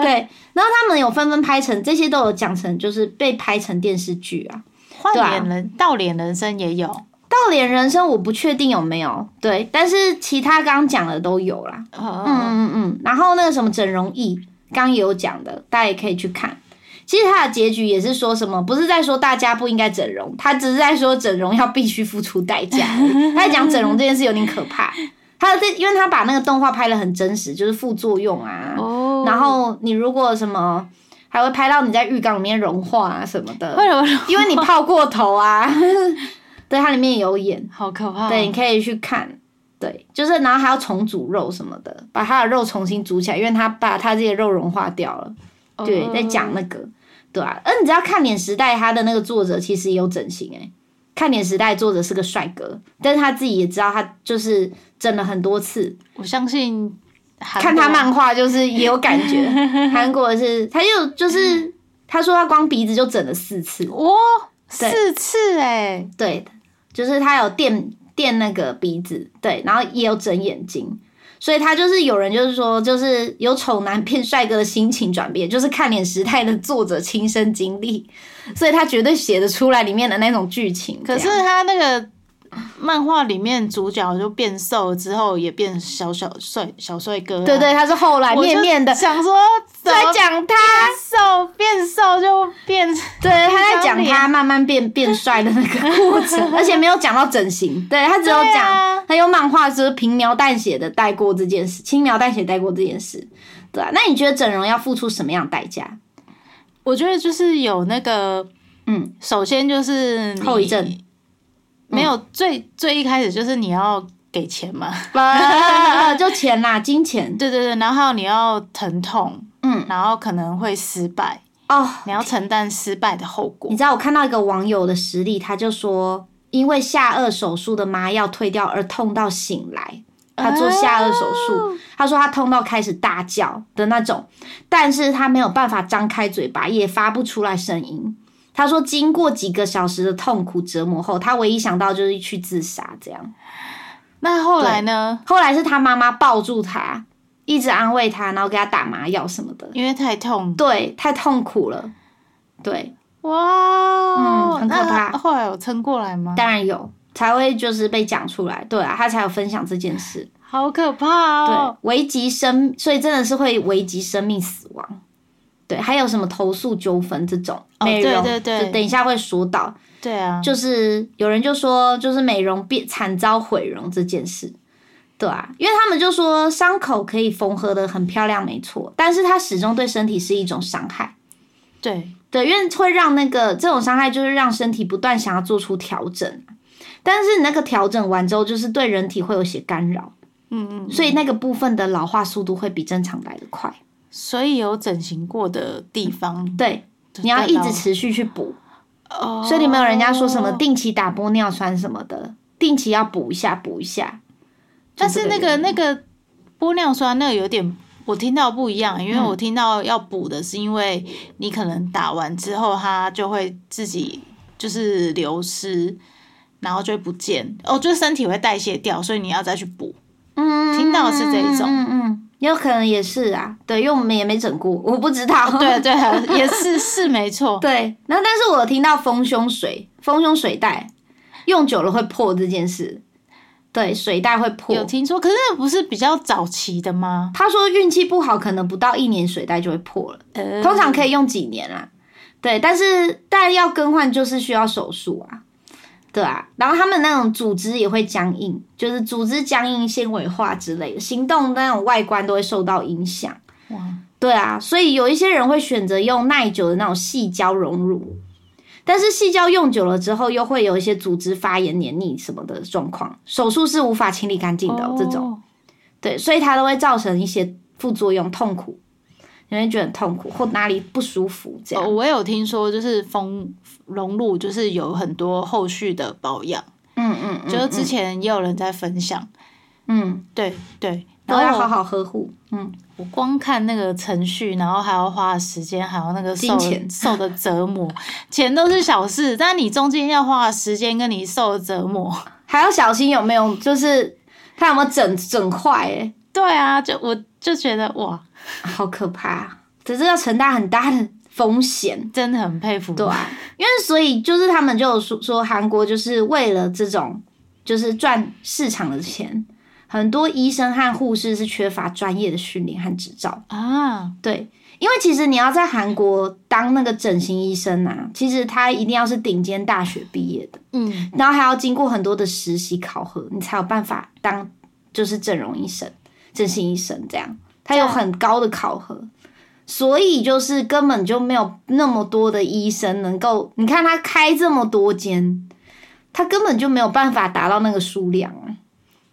Speaker 1: 对，然后他们有纷纷拍成这些都有讲成，就是被拍成电视剧啊。
Speaker 2: 换
Speaker 1: 对啊
Speaker 2: 脸人、倒脸人生也有
Speaker 1: 倒脸人生我不确定有没有，对，但是其他刚刚讲的都有啦。
Speaker 2: 哦，
Speaker 1: 嗯嗯嗯，然后那个什么整容艺，刚刚也有讲的，大家也可以去看。其实它的结局也是说什么，不是在说大家不应该整容，他只是在说整容要必须付出代价而已。他在讲整容这件事有点可怕，他的这因为他把那个动画拍的很真实，就是副作用啊，
Speaker 2: 哦
Speaker 1: 然后你如果什么还会拍到你在浴缸里面融化啊什么的，
Speaker 2: 为什么
Speaker 1: 因为你泡过头啊。 对，它里面有演，
Speaker 2: 好可怕？
Speaker 1: 对，你，可以去看。对，就是然后还要重组肉什么的，把它的肉重新煮起来，因为它把它自己的肉融化掉了。
Speaker 2: 哦
Speaker 1: 对，在讲那个，对啊。而你知道《看脸时代》它的那个作者其实也有整形诶、欸看脸时代》作者是个帅哥，但是他自己也知道他就是整了很多次，
Speaker 2: 我相信韩
Speaker 1: 看他
Speaker 2: 国
Speaker 1: 漫画就是也有感 觉。韩国是，他就
Speaker 2: 嗯
Speaker 1: 就是他说他光鼻子就整了四次，
Speaker 2: 哇哦四次哎，
Speaker 1: 对，就是他有垫垫那个鼻子，对，然后也有整眼睛。所以他就是有人就是说，就是有丑男变帅哥的心情转变，就是看脸时代的作者亲身经历，所以他绝对写得出来里面的那种剧情。
Speaker 2: 可是
Speaker 1: 这样
Speaker 2: 他那个漫画里面主角就变瘦之后也变小小帅小帅哥啊，
Speaker 1: 对对，他是后来
Speaker 2: 我就
Speaker 1: 面面的啊
Speaker 2: 想说怎
Speaker 1: 在
Speaker 2: 么
Speaker 1: 讲他，
Speaker 2: 瘦变瘦就变
Speaker 1: 对，他在讲
Speaker 2: 一张
Speaker 1: 他慢慢变变帅的那个过 程，而且没有讲到整形，对他只有
Speaker 2: 对
Speaker 1: 讲、
Speaker 2: 啊
Speaker 1: 他用漫画就是轻描淡写的带过这件事，轻描淡写地带过这件事，对啊，那你觉得整容要付出什么样的代价？
Speaker 2: 我觉得就是有那个，
Speaker 1: 嗯，
Speaker 2: 首先就是你
Speaker 1: 后遗症，嗯
Speaker 2: 没有最最一开始就是你要给钱嘛，
Speaker 1: 呃，就钱啦，金钱，
Speaker 2: 对对对，然后还有你要疼痛，
Speaker 1: 嗯，
Speaker 2: 然后可能会失败，
Speaker 1: 哦，
Speaker 2: 你要承担失败的后果
Speaker 1: 你。知道我看到一个网友的实例，他就说，因为下颚手术的麻药退掉而痛到醒来，他做下颚手术，他说他痛到开始大叫的那种，但是他没有办法张开嘴巴，也发不出来声音。他说，经过几个小时的痛苦折磨后，他唯一想到就是去自杀这样。
Speaker 2: 那后来呢？
Speaker 1: 后来是他妈妈抱住他，一直安慰他，然后给他打麻药什么的。
Speaker 2: 因为太痛，
Speaker 1: 对，太痛苦了。对，
Speaker 2: 哇，
Speaker 1: 嗯很可怕
Speaker 2: 那后来有撑过来吗？
Speaker 1: 当然有，才会就是被讲出来，对啊，他才有分享这件事，
Speaker 2: 好可怕哦！
Speaker 1: 对，危及生，所以真的是会危及生命死亡，对，还有什么投诉纠纷这种
Speaker 2: 哦
Speaker 1: 美容，
Speaker 2: 对对对
Speaker 1: 就等一下会说到，
Speaker 2: 对啊，
Speaker 1: 就是有人就说，就是美容变惨遭毁容这件事，对啊，因为他们就说伤口可以缝合的很漂亮，没错，但是它始终对身体是一种伤害。
Speaker 2: 对，
Speaker 1: 对，因为会让那个这种伤害，就是让身体不断想要做出调整，但是你那个调整完之后，就是对人体会有些干扰，
Speaker 2: 嗯嗯，
Speaker 1: 所以那个部分的老化速度会比正常来得快。
Speaker 2: 所以有整形过的地方，
Speaker 1: 对，你要一直
Speaker 2: 吃，
Speaker 1: 持续去补，
Speaker 2: 哦
Speaker 1: 所以你没有人家说什么定期打玻尿酸什么的，定期要补一下补一下。
Speaker 2: 但是那
Speaker 1: 就这
Speaker 2: 个
Speaker 1: 原因
Speaker 2: 那个玻尿酸那个有点，我听到不一样，因
Speaker 1: 嗯
Speaker 2: 为我听到要补的是因为你可能打完之后它就会自己就是流失，然后就会不见，哦，就是身体会代谢掉，所以你要再去补。
Speaker 1: 嗯，
Speaker 2: 听到的是这一 种
Speaker 1: 嗯嗯嗯，有可能也是啊，对，因为我们也没整过，我不知道。
Speaker 2: 哦对 对，也是是没错。
Speaker 1: 对，然后但是我有听到丰胸水、丰胸水袋用久了会破这件事，对，水袋会
Speaker 2: 有
Speaker 1: 破。
Speaker 2: 听说，可是那不是比较早期的吗？
Speaker 1: 他说运气不好，可能不到一年水袋就会破了，
Speaker 2: 呃
Speaker 1: 通常可以用几年啦。对，但是但要更换就是需要手术啊，对啊。然后他们那种组织也会僵硬，就是组织僵硬、纤维化之类的，行动那种外观都会受到影响。
Speaker 2: 哇，
Speaker 1: 对啊，所以有一些人会选择用耐久的那种细胶溶乳，但是细胶用久了之后，又会有一些组织发炎、黏腻什么的状况，手术是无法清理干净的哦、这种。
Speaker 2: 哦
Speaker 1: 对，所以它都会造成一些副作用、痛苦，你会觉得很痛苦或哪里不舒服这样。
Speaker 2: 哦，我也有听说，就是丰隆乳就是有很多后续的保养，
Speaker 1: 嗯嗯嗯，
Speaker 2: 就是之前也有人在分享，
Speaker 1: 嗯
Speaker 2: 对对，
Speaker 1: 都
Speaker 2: 然
Speaker 1: 要
Speaker 2: 后
Speaker 1: 好
Speaker 2: 我
Speaker 1: 好呵护。嗯，
Speaker 2: 我光看那个程序，然后还要花时间，还有那个受
Speaker 1: 金钱
Speaker 2: 受的折磨，钱都是小事，但你中间要花的时间跟你受的折磨，
Speaker 1: 还要小心有没有，就是它有没有整整坏、欸，
Speaker 2: 对啊，就我就觉得哇，
Speaker 1: 好可怕、啊，只是要承担很大的风险。
Speaker 2: 真的很佩服，
Speaker 1: 对啊，因为所以就是他们就有说说韩国就是为了这种就是赚市场的钱，很多医生和护士是缺乏专业的训练和执照。
Speaker 2: 啊，
Speaker 1: 对，因为其实你要在韩国当那个整形医生啊，其实他一定要是顶尖大学毕业的，
Speaker 2: 嗯，
Speaker 1: 然后还要经过很多的实习考核，你才有办法当就是整容医生、整形医生这样，他有很高的考核，所以就是根本就没有那么多的医生能够，你看他开这么多间，他根本就没有办法达到那个数量啊，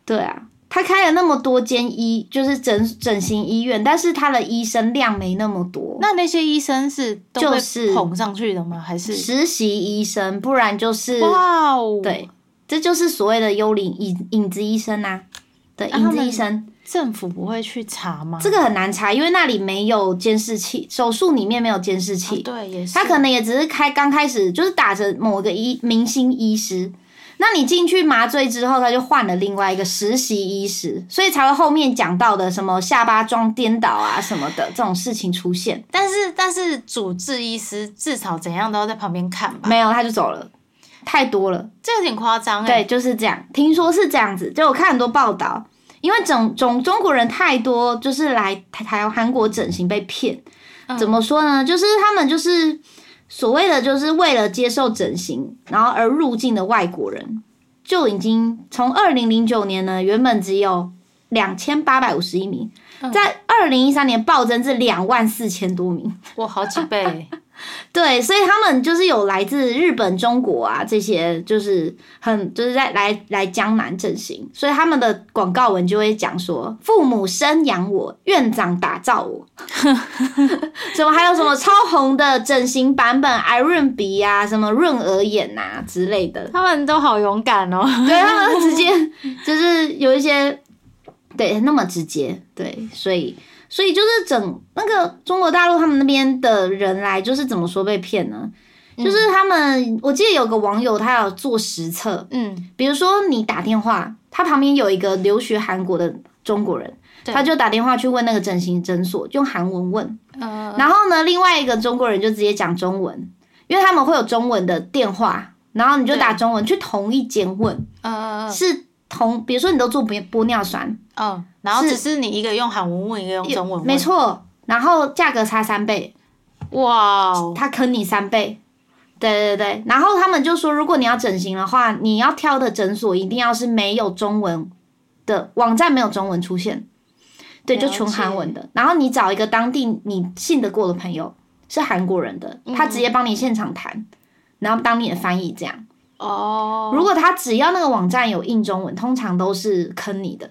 Speaker 1: 对啊。他开了那么多间医，就是整整形医院，但是他的医生量没那么多。
Speaker 2: 那那些医生是都
Speaker 1: 就
Speaker 2: 被
Speaker 1: 是
Speaker 2: 捧上去的吗？还是
Speaker 1: 实习医生，不然就是
Speaker 2: 哇哦，
Speaker 1: 对，这就是所谓的幽灵影影子医生呐、对，
Speaker 2: 啊
Speaker 1: 影
Speaker 2: 他
Speaker 1: 子
Speaker 2: 们
Speaker 1: 医生、
Speaker 2: 政府不会去查吗？
Speaker 1: 这个很难查，因为那里没有监视器，手术里面没有监视
Speaker 2: 哦
Speaker 1: 器，
Speaker 2: 对也是，
Speaker 1: 他可能也只是开刚开始就是打着某个医明星医师，那你进去麻醉之后，他就换了另外一个实习医师，所以才会后面讲到的什么下巴装颠倒啊什么的这种事情出现。
Speaker 2: 但是但是主治医师至少怎样都要在旁边看吧，
Speaker 1: 没有，他就走了，太多了。
Speaker 2: 这有点夸张哎。
Speaker 1: 对，就是这样。听说是这样子，就我看很多报道，因为整种中国人太多，就是来台台韩国整形被骗。
Speaker 2: 嗯
Speaker 1: 怎么说呢？就是他们就是所谓的，就是为了接受整形，然后而入境的外国人，就已经从二零零九年呢，原本只有两千八百五十一名，
Speaker 2: 嗯
Speaker 1: 在二零一三年暴增至两万四千多名。
Speaker 2: 我好几倍，
Speaker 1: 对，所以他们就是有来自日本、中国啊这些，就是很就是在来来江南整形，所以他们的广告文就会讲说：父母生养我，院长打造我，什么还有什么超红的整形版本 i r o n 鼻啊，什么润额眼呐、啊、之类的，
Speaker 2: 他们都好勇敢哦。
Speaker 1: 对 他们直接就是有一些对那么直接，对，所以所以就是整那个中国大陆他们那边的人来，就是怎么说被骗呢？
Speaker 2: 嗯
Speaker 1: 就是他们，我记得有个网友他有做实测，
Speaker 2: 嗯，
Speaker 1: 比如说你打电话，他旁边有一个留学韩国的中国人，
Speaker 2: 对
Speaker 1: 他就打电话去问那个整形诊所，用韩文问，
Speaker 2: 呃，
Speaker 1: 然后呢，另外一个中国人就直接讲中文，因为他们会有中文的电话，然后你就打中文去同一间问。
Speaker 2: 呃，
Speaker 1: 是同，比如说你都做玻玻尿酸，
Speaker 2: 嗯，然后只是你一个用韩文问，一个用中文问，
Speaker 1: 没，错，然后价格差三倍，
Speaker 2: 哇哦，
Speaker 1: 他坑你三倍。对对对，然后他们就说，如果你要整形的话，你要挑的诊所一定要是没有中文的网站，没有中文出现，对，就
Speaker 2: 了
Speaker 1: 纯韩
Speaker 2: 解
Speaker 1: 文的。然后你找一个当地你信得过的朋友，是韩国人的，
Speaker 2: 嗯
Speaker 1: 他直接帮你现场谈，然后当你的翻译这样。
Speaker 2: 哦，
Speaker 1: 如果他只要那个网站有印中文，通常都是坑你的，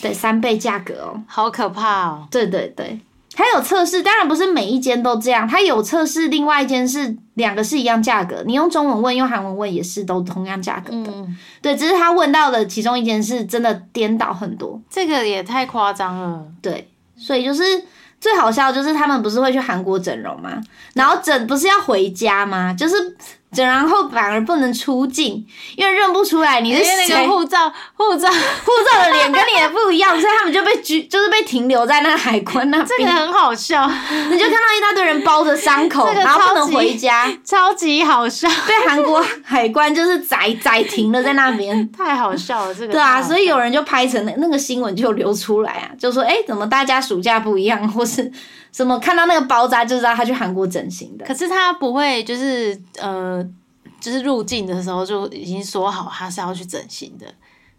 Speaker 1: 对，三倍价格哦。
Speaker 2: 好可怕哦，
Speaker 1: 对对对，它有测试，当然不是每一间都这样，它有测试，另外一间是两个是一样价格，你用中文问，用韩文问也是都同样价格的。
Speaker 2: 嗯，
Speaker 1: 对，只是他问到的其中一间是真的颠倒很多，
Speaker 2: 这个也太夸张了，
Speaker 1: 对，所以就是。最好笑的就是他们不是会去韩国整容吗？然后整不是要回家吗？就是整容后反而不能出境，因为认不出来你
Speaker 2: 因
Speaker 1: 是
Speaker 2: 为
Speaker 1: 谁。
Speaker 2: 哎那个护照护照，
Speaker 1: 护照的脸跟你的不一样，所以他们就被拘，就是被停留在那个海关那
Speaker 2: 这个
Speaker 1: 边。
Speaker 2: 很好笑，
Speaker 1: 你就看到一大堆人包着伤 口，
Speaker 2: 这个
Speaker 1: 然后不能
Speaker 2: 超级
Speaker 1: 回家，
Speaker 2: 超级好笑，
Speaker 1: 被韩国海关就是宰宰停了在那边。
Speaker 2: 太好笑了，这个
Speaker 1: 对啊，所
Speaker 2: 以
Speaker 1: 以有人就拍成那那个新闻就流出来啊，就说哎、诶怎么大家暑假不一样，或是什么看到那个包扎就知道他去韩国整形的。
Speaker 2: 可是他不会就是呃。就是入境的时候就已经说好他是要去整形的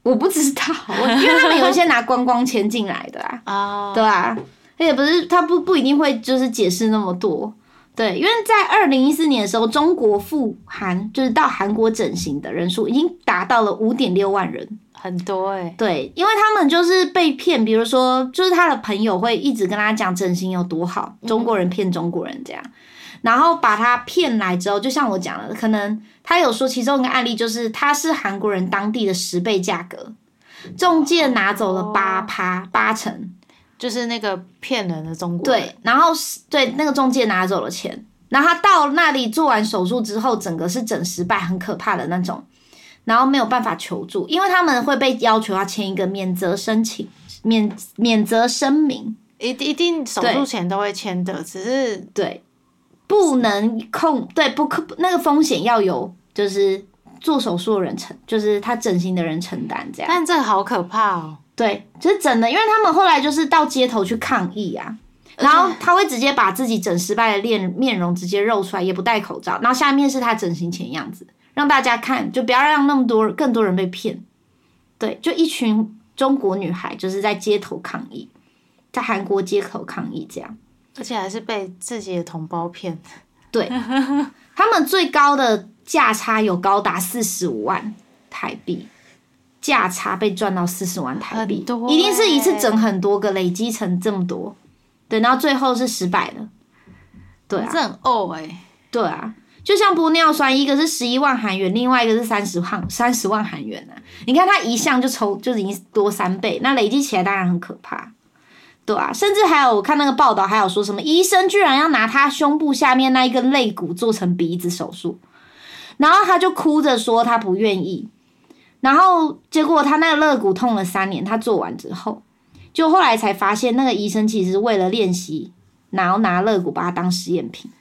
Speaker 1: 我不知道，我因为他们有一些拿观光签进来的 啊。
Speaker 2: 啊，
Speaker 1: 对啊，而且不是他不不一定会就是解释那么多，对，因为在二零一四年的时候，中国赴韩就是到韩国整形的人数已经达到了五点六万人，
Speaker 2: 很多哎、
Speaker 1: 对，因为他们就是被骗，比如说，就是他的朋友会一直跟他讲整形有多好，中国人骗中国人这样，然后把他骗来之后，就像我讲的，可能他有说其中一个案例就是他是韩国人当地的十倍价格，中介拿走了八趴八成，
Speaker 2: 就是那个骗人的中国人，
Speaker 1: 对，然后是对那个中介拿走了钱，然后他到那里做完手术之后，整个是整失败，很可怕的那种，然后没有办法求助，因为他们会被要求要签一个免责申请、免免责声明，
Speaker 2: 一定一定手术前都会签的，只是
Speaker 1: 对，不能控，对，不可那个风险要由就是做手术的人承，就是他整形的人承担这样。
Speaker 2: 但这个好可怕哦。
Speaker 1: 对，就是整的，因为他们后来就是到街头去抗议啊，然后他会直接把自己整失败的面面容直接露出来，也不戴口罩，然后下面是他整形前样子，让大家看，就不要让那么多更多人被骗。对，就一群中国女孩就是在街头抗议，在韩国街头抗议这样。
Speaker 2: 而且还是被自己的同胞骗，
Speaker 1: 他们最高的价差有高达四十五万台币，价差被赚到四十万台币
Speaker 2: 很，多
Speaker 1: 一定是一次
Speaker 2: 欸
Speaker 1: 整很多个，累积成这么多，对，然后最后是失败了，对啊，
Speaker 2: 这很呕哎、
Speaker 1: 对啊。就像玻尿酸，一个是十一万韩元，另外一个是三十万三十万韩元啊！你看它一项就抽就已经多三倍，那累积起来当然很可怕，对啊。甚至还有我看那个报道，还有说什么医生居然要拿他胸部下面那一根肋骨做成鼻子手术，然后他就哭着说他不愿意，然后结果他那个肋骨痛了三年，他做完之后，就后来才发现那个医生其实是为了练习，然后拿肋骨把它当实验品。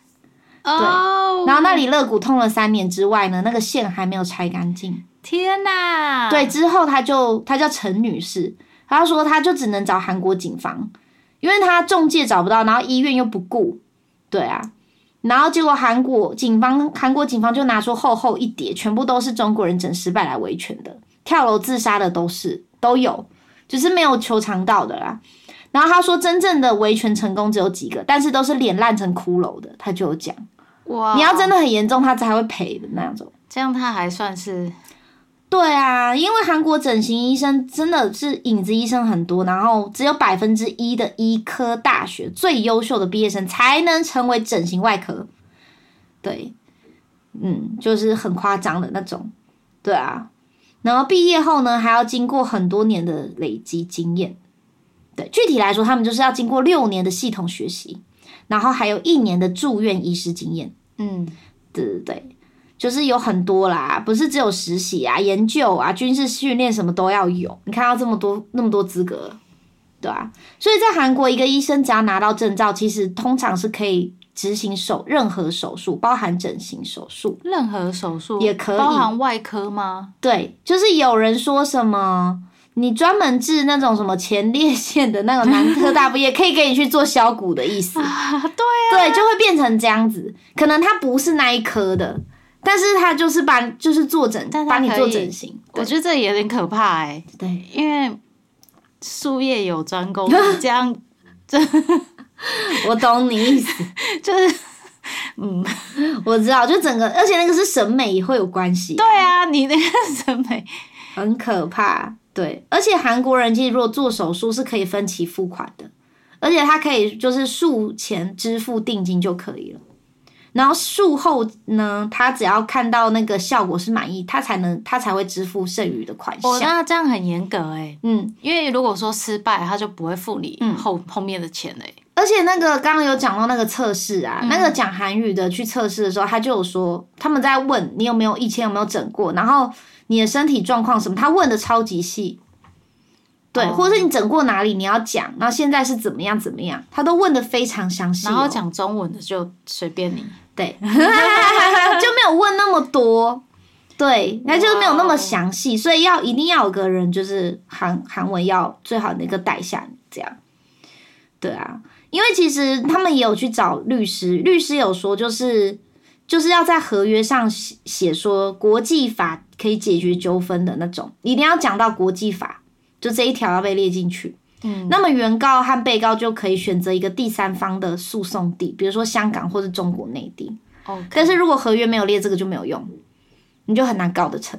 Speaker 2: 哦，
Speaker 1: 然后那里肋骨痛了三年之外呢，那个线还没有拆干净。
Speaker 2: 天哪！
Speaker 1: 对，，之后她就她叫陈女士，她说她就只能找韩国警方，因为她中介找不到，然后医院又不顾。对啊，然后结果韩国警方韩国警方就拿出厚厚一叠，全部都是中国人整失败来维权的，跳楼自杀的都是都有，只是没有求偿到的啦。然后她说，真正的维权成功只有几个，但是都是脸烂成骷髅的，她就有讲。
Speaker 2: 哇，
Speaker 1: 你要真的很严重，他才会赔的那种。
Speaker 2: 这样，他还算是
Speaker 1: 对啊，因为韩国整形医生真的是影子医生很多，然后只有百分之一的医科大学最优秀的毕业生才能成为整形外科。对，嗯，就是很夸张的那种。对啊，然后毕业后呢，还要经过很多年的累积经验。对，具体来说，他们就是要经过六年的系统学习，然后还有一年的住院医师经验。
Speaker 2: 嗯，
Speaker 1: 对对对，就是有很多啦，不是只有实习啊、研究啊、军事训练什么都要有。你看到这么多那么多资格，对啊，所以在韩国，一个医生只要拿到证照，其实通常是可以执行手任何手术，包含整形手术。
Speaker 2: 任何手术
Speaker 1: 也可以
Speaker 2: 包含外科吗？
Speaker 1: 对，就是有人说什么。你专门治那种什么前列腺的那种男科大夫， 也可以给你去做削骨的意思。
Speaker 2: 啊，对，
Speaker 1: 对，就会变成这样子。可能他不是那一科的，但是他就是把就是做整
Speaker 2: 但，他
Speaker 1: 把你
Speaker 2: 可
Speaker 1: 做
Speaker 2: 以
Speaker 1: 整形。
Speaker 2: 我觉得这也有点可怕哎、
Speaker 1: 对，
Speaker 2: 因为术业有专攻，你这样
Speaker 1: 我懂你意思，
Speaker 2: 就是，嗯，
Speaker 1: 我知道，就整个，而且那个是审美也会有关系，
Speaker 2: 对啊，你那个审美，
Speaker 1: 很可怕。对，而且韩国人其实如果做手术是可以分期付款的，而且他可以就是术前支付定金就可以了。然后术后呢，他只要看到那个效果是满意，他才能他才会支付剩余的款
Speaker 2: 我
Speaker 1: 项。
Speaker 2: 哦那这样很严格哎、
Speaker 1: 嗯，
Speaker 2: 因为如果说失败，他就不会付你后、后面的钱欸嘞、
Speaker 1: 而且那个刚刚有讲到那个测试
Speaker 2: 嗯
Speaker 1: 啊，那个讲韩语的去测试的时候，他就有说他们在问你有没有以前有没有整过，然后你的身体状况什么，他问的超级细。对，
Speaker 2: 哦
Speaker 1: 或者是你整过哪里，你要讲，然后现在是怎么样怎么样，他都问的非常详细、哦，
Speaker 2: 然后讲中文的就随便你。
Speaker 1: 对， 就没有问那么多，对，那就是没有那么详细，所以要一定要有个人就是韩韩文要最好能够带下你这样，对啊，因为其实他们也有去找律师，律师有说就是就是要在合约上写写说国际法可以解决纠纷的那种，一定要讲到国际法，就这一条要被列进去。
Speaker 2: 嗯，
Speaker 1: 那么原告和被告就可以选择一个第三方的诉讼地，比如说香港或是中国内地。
Speaker 2: 哦，
Speaker 1: 但是如果合约没有列这个就没有用，你就很难告得成。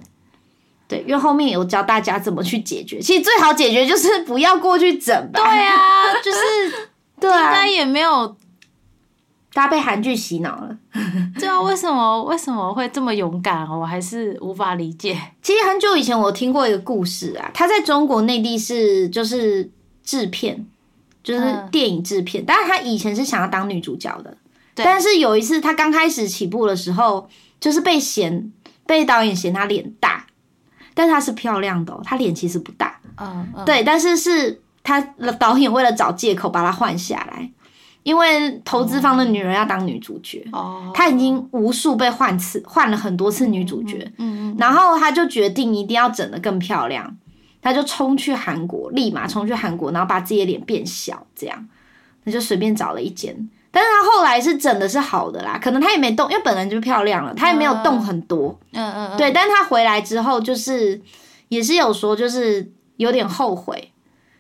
Speaker 1: 对，因为后面有教大家怎么去解决。其实最好解决就是不要过去整吧。
Speaker 2: 对 啊，就是
Speaker 1: 对
Speaker 2: 应
Speaker 1: 啊
Speaker 2: 该，也没 有，
Speaker 1: 大家被韩剧洗脑了。
Speaker 2: 对啊，为什么为什么会这么勇敢？啊我还是无法理解。
Speaker 1: 其实很久以前我听过一个故事啊，他在中国内地是就是制片，就是
Speaker 2: 嗯
Speaker 1: 电影制片，但是他以前是想要当女主角的，
Speaker 2: 对
Speaker 1: 但是有一次他刚开始起步的时候，就是被嫌被导演嫌她脸大，但是她是漂亮的、哦，她脸其实不大，
Speaker 2: 嗯，嗯，
Speaker 1: 对，但是是他导演为了找借口把她换下来，因为投资方的女人要当女主角，
Speaker 2: 哦，
Speaker 1: 她已经无数被换次换了很多次女主角，
Speaker 2: 嗯嗯，
Speaker 1: 然后他就决定一定要整得更漂亮，他就冲去韩国，立马冲去韩国，然后把自己的脸变小，这样，他就随便找了一间。但是他后来是整的是好的啦，可能他也没动，因为本来就漂亮了，他也没有动很多，
Speaker 2: 嗯嗯嗯，
Speaker 1: 对。但是他回来之后，就是也是有说，就是有点后悔，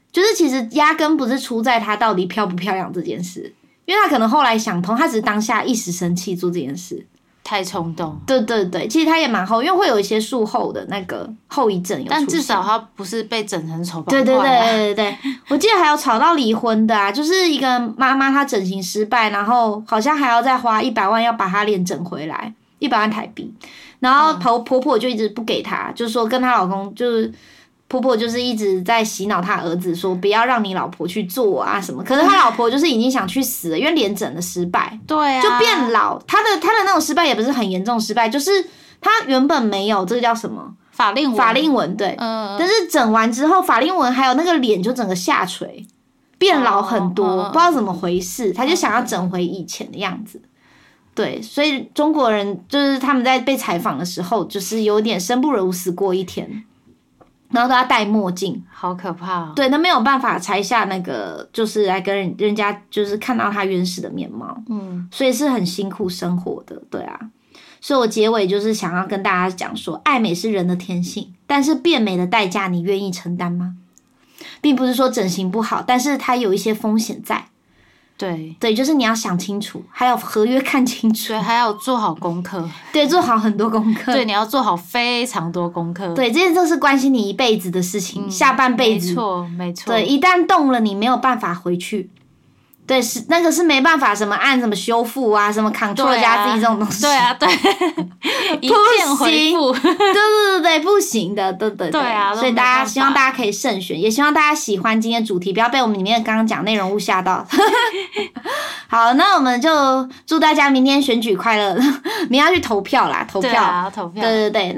Speaker 1: 就是其实压根不是出在他到底漂不漂亮这件事，因为他可能后来想通，他只是当下一时生气做这件事，
Speaker 2: 太冲动，
Speaker 1: 对对对，其实它也蛮厚，因为会有一些术后的那个后遗症有出现，
Speaker 2: 但至少他不是被整成丑八怪
Speaker 1: 对
Speaker 2: 啊。
Speaker 1: 对对对对对，我记得还有吵到离婚的啊，就是一个妈妈她整形失败，然后好像还要再花一百万要把她脸整回来，一百万台币，然后
Speaker 2: 嗯
Speaker 1: 婆婆婆就一直不给她，就说跟她老公就是。婆婆就是一直在洗脑她儿子，说不要让你老婆去做啊什么。可是她老婆就是已经想去死了，因为脸整的失败，
Speaker 2: 对啊，
Speaker 1: 就变老。他的他的那种失败也不是很严重失败，就是他原本没有这个叫什么
Speaker 2: 法令纹
Speaker 1: 法，令纹，对。
Speaker 2: 嗯，
Speaker 1: 但是整完之后，法令纹还有那个脸就整个下垂，变老很多，
Speaker 2: 哦哦哦嗯
Speaker 1: 不知道怎么回事，他就想要整回以前的样子。对，所以中国人就是他们在被采访的时候，就是有点生不如死过一天，然后都要戴墨镜，
Speaker 2: 好可怕哦。
Speaker 1: 对，那没有办法拆下那个，就是来跟人人家就是看到他原始的面貌。
Speaker 2: 嗯，
Speaker 1: 所以是很辛苦生活的，对啊。所以我结尾就是想要跟大家讲说，爱美是人的天性，但是变美的代价你愿意承担吗？并不是说整形不好，但是它有一些风险在，
Speaker 2: 对，
Speaker 1: 对，就是你要想清楚，还有合约看 清楚，
Speaker 2: 所以还要做好功课。
Speaker 1: 对，做好很多功课，
Speaker 2: 对，你要做好非常多功课。，
Speaker 1: 对，这些都是关心你一辈子的事情，下半辈
Speaker 2: 没
Speaker 1: 子
Speaker 2: 错，没错。
Speaker 1: 对，，一旦动了，你没有办法回去。对，是那个是没办法，什么按什么修复啊，什么 Ctrl
Speaker 2: 对啊
Speaker 1: 加 Z 这种东西，
Speaker 2: 对啊，对， 一键回复。
Speaker 1: 对对对对，不行的，对对
Speaker 2: 对啊
Speaker 1: 所以
Speaker 2: 都没
Speaker 1: 大家
Speaker 2: 办
Speaker 1: 希望
Speaker 2: 法
Speaker 1: 大家可以慎选，也希望大家喜欢今天的主题，不要被我们里面刚刚讲内容物吓到。 好，那我们 就祝大家明天选举快乐，明天要去投票啦，投
Speaker 2: 对
Speaker 1: 票，
Speaker 2: 啊，投票。
Speaker 1: 对对对。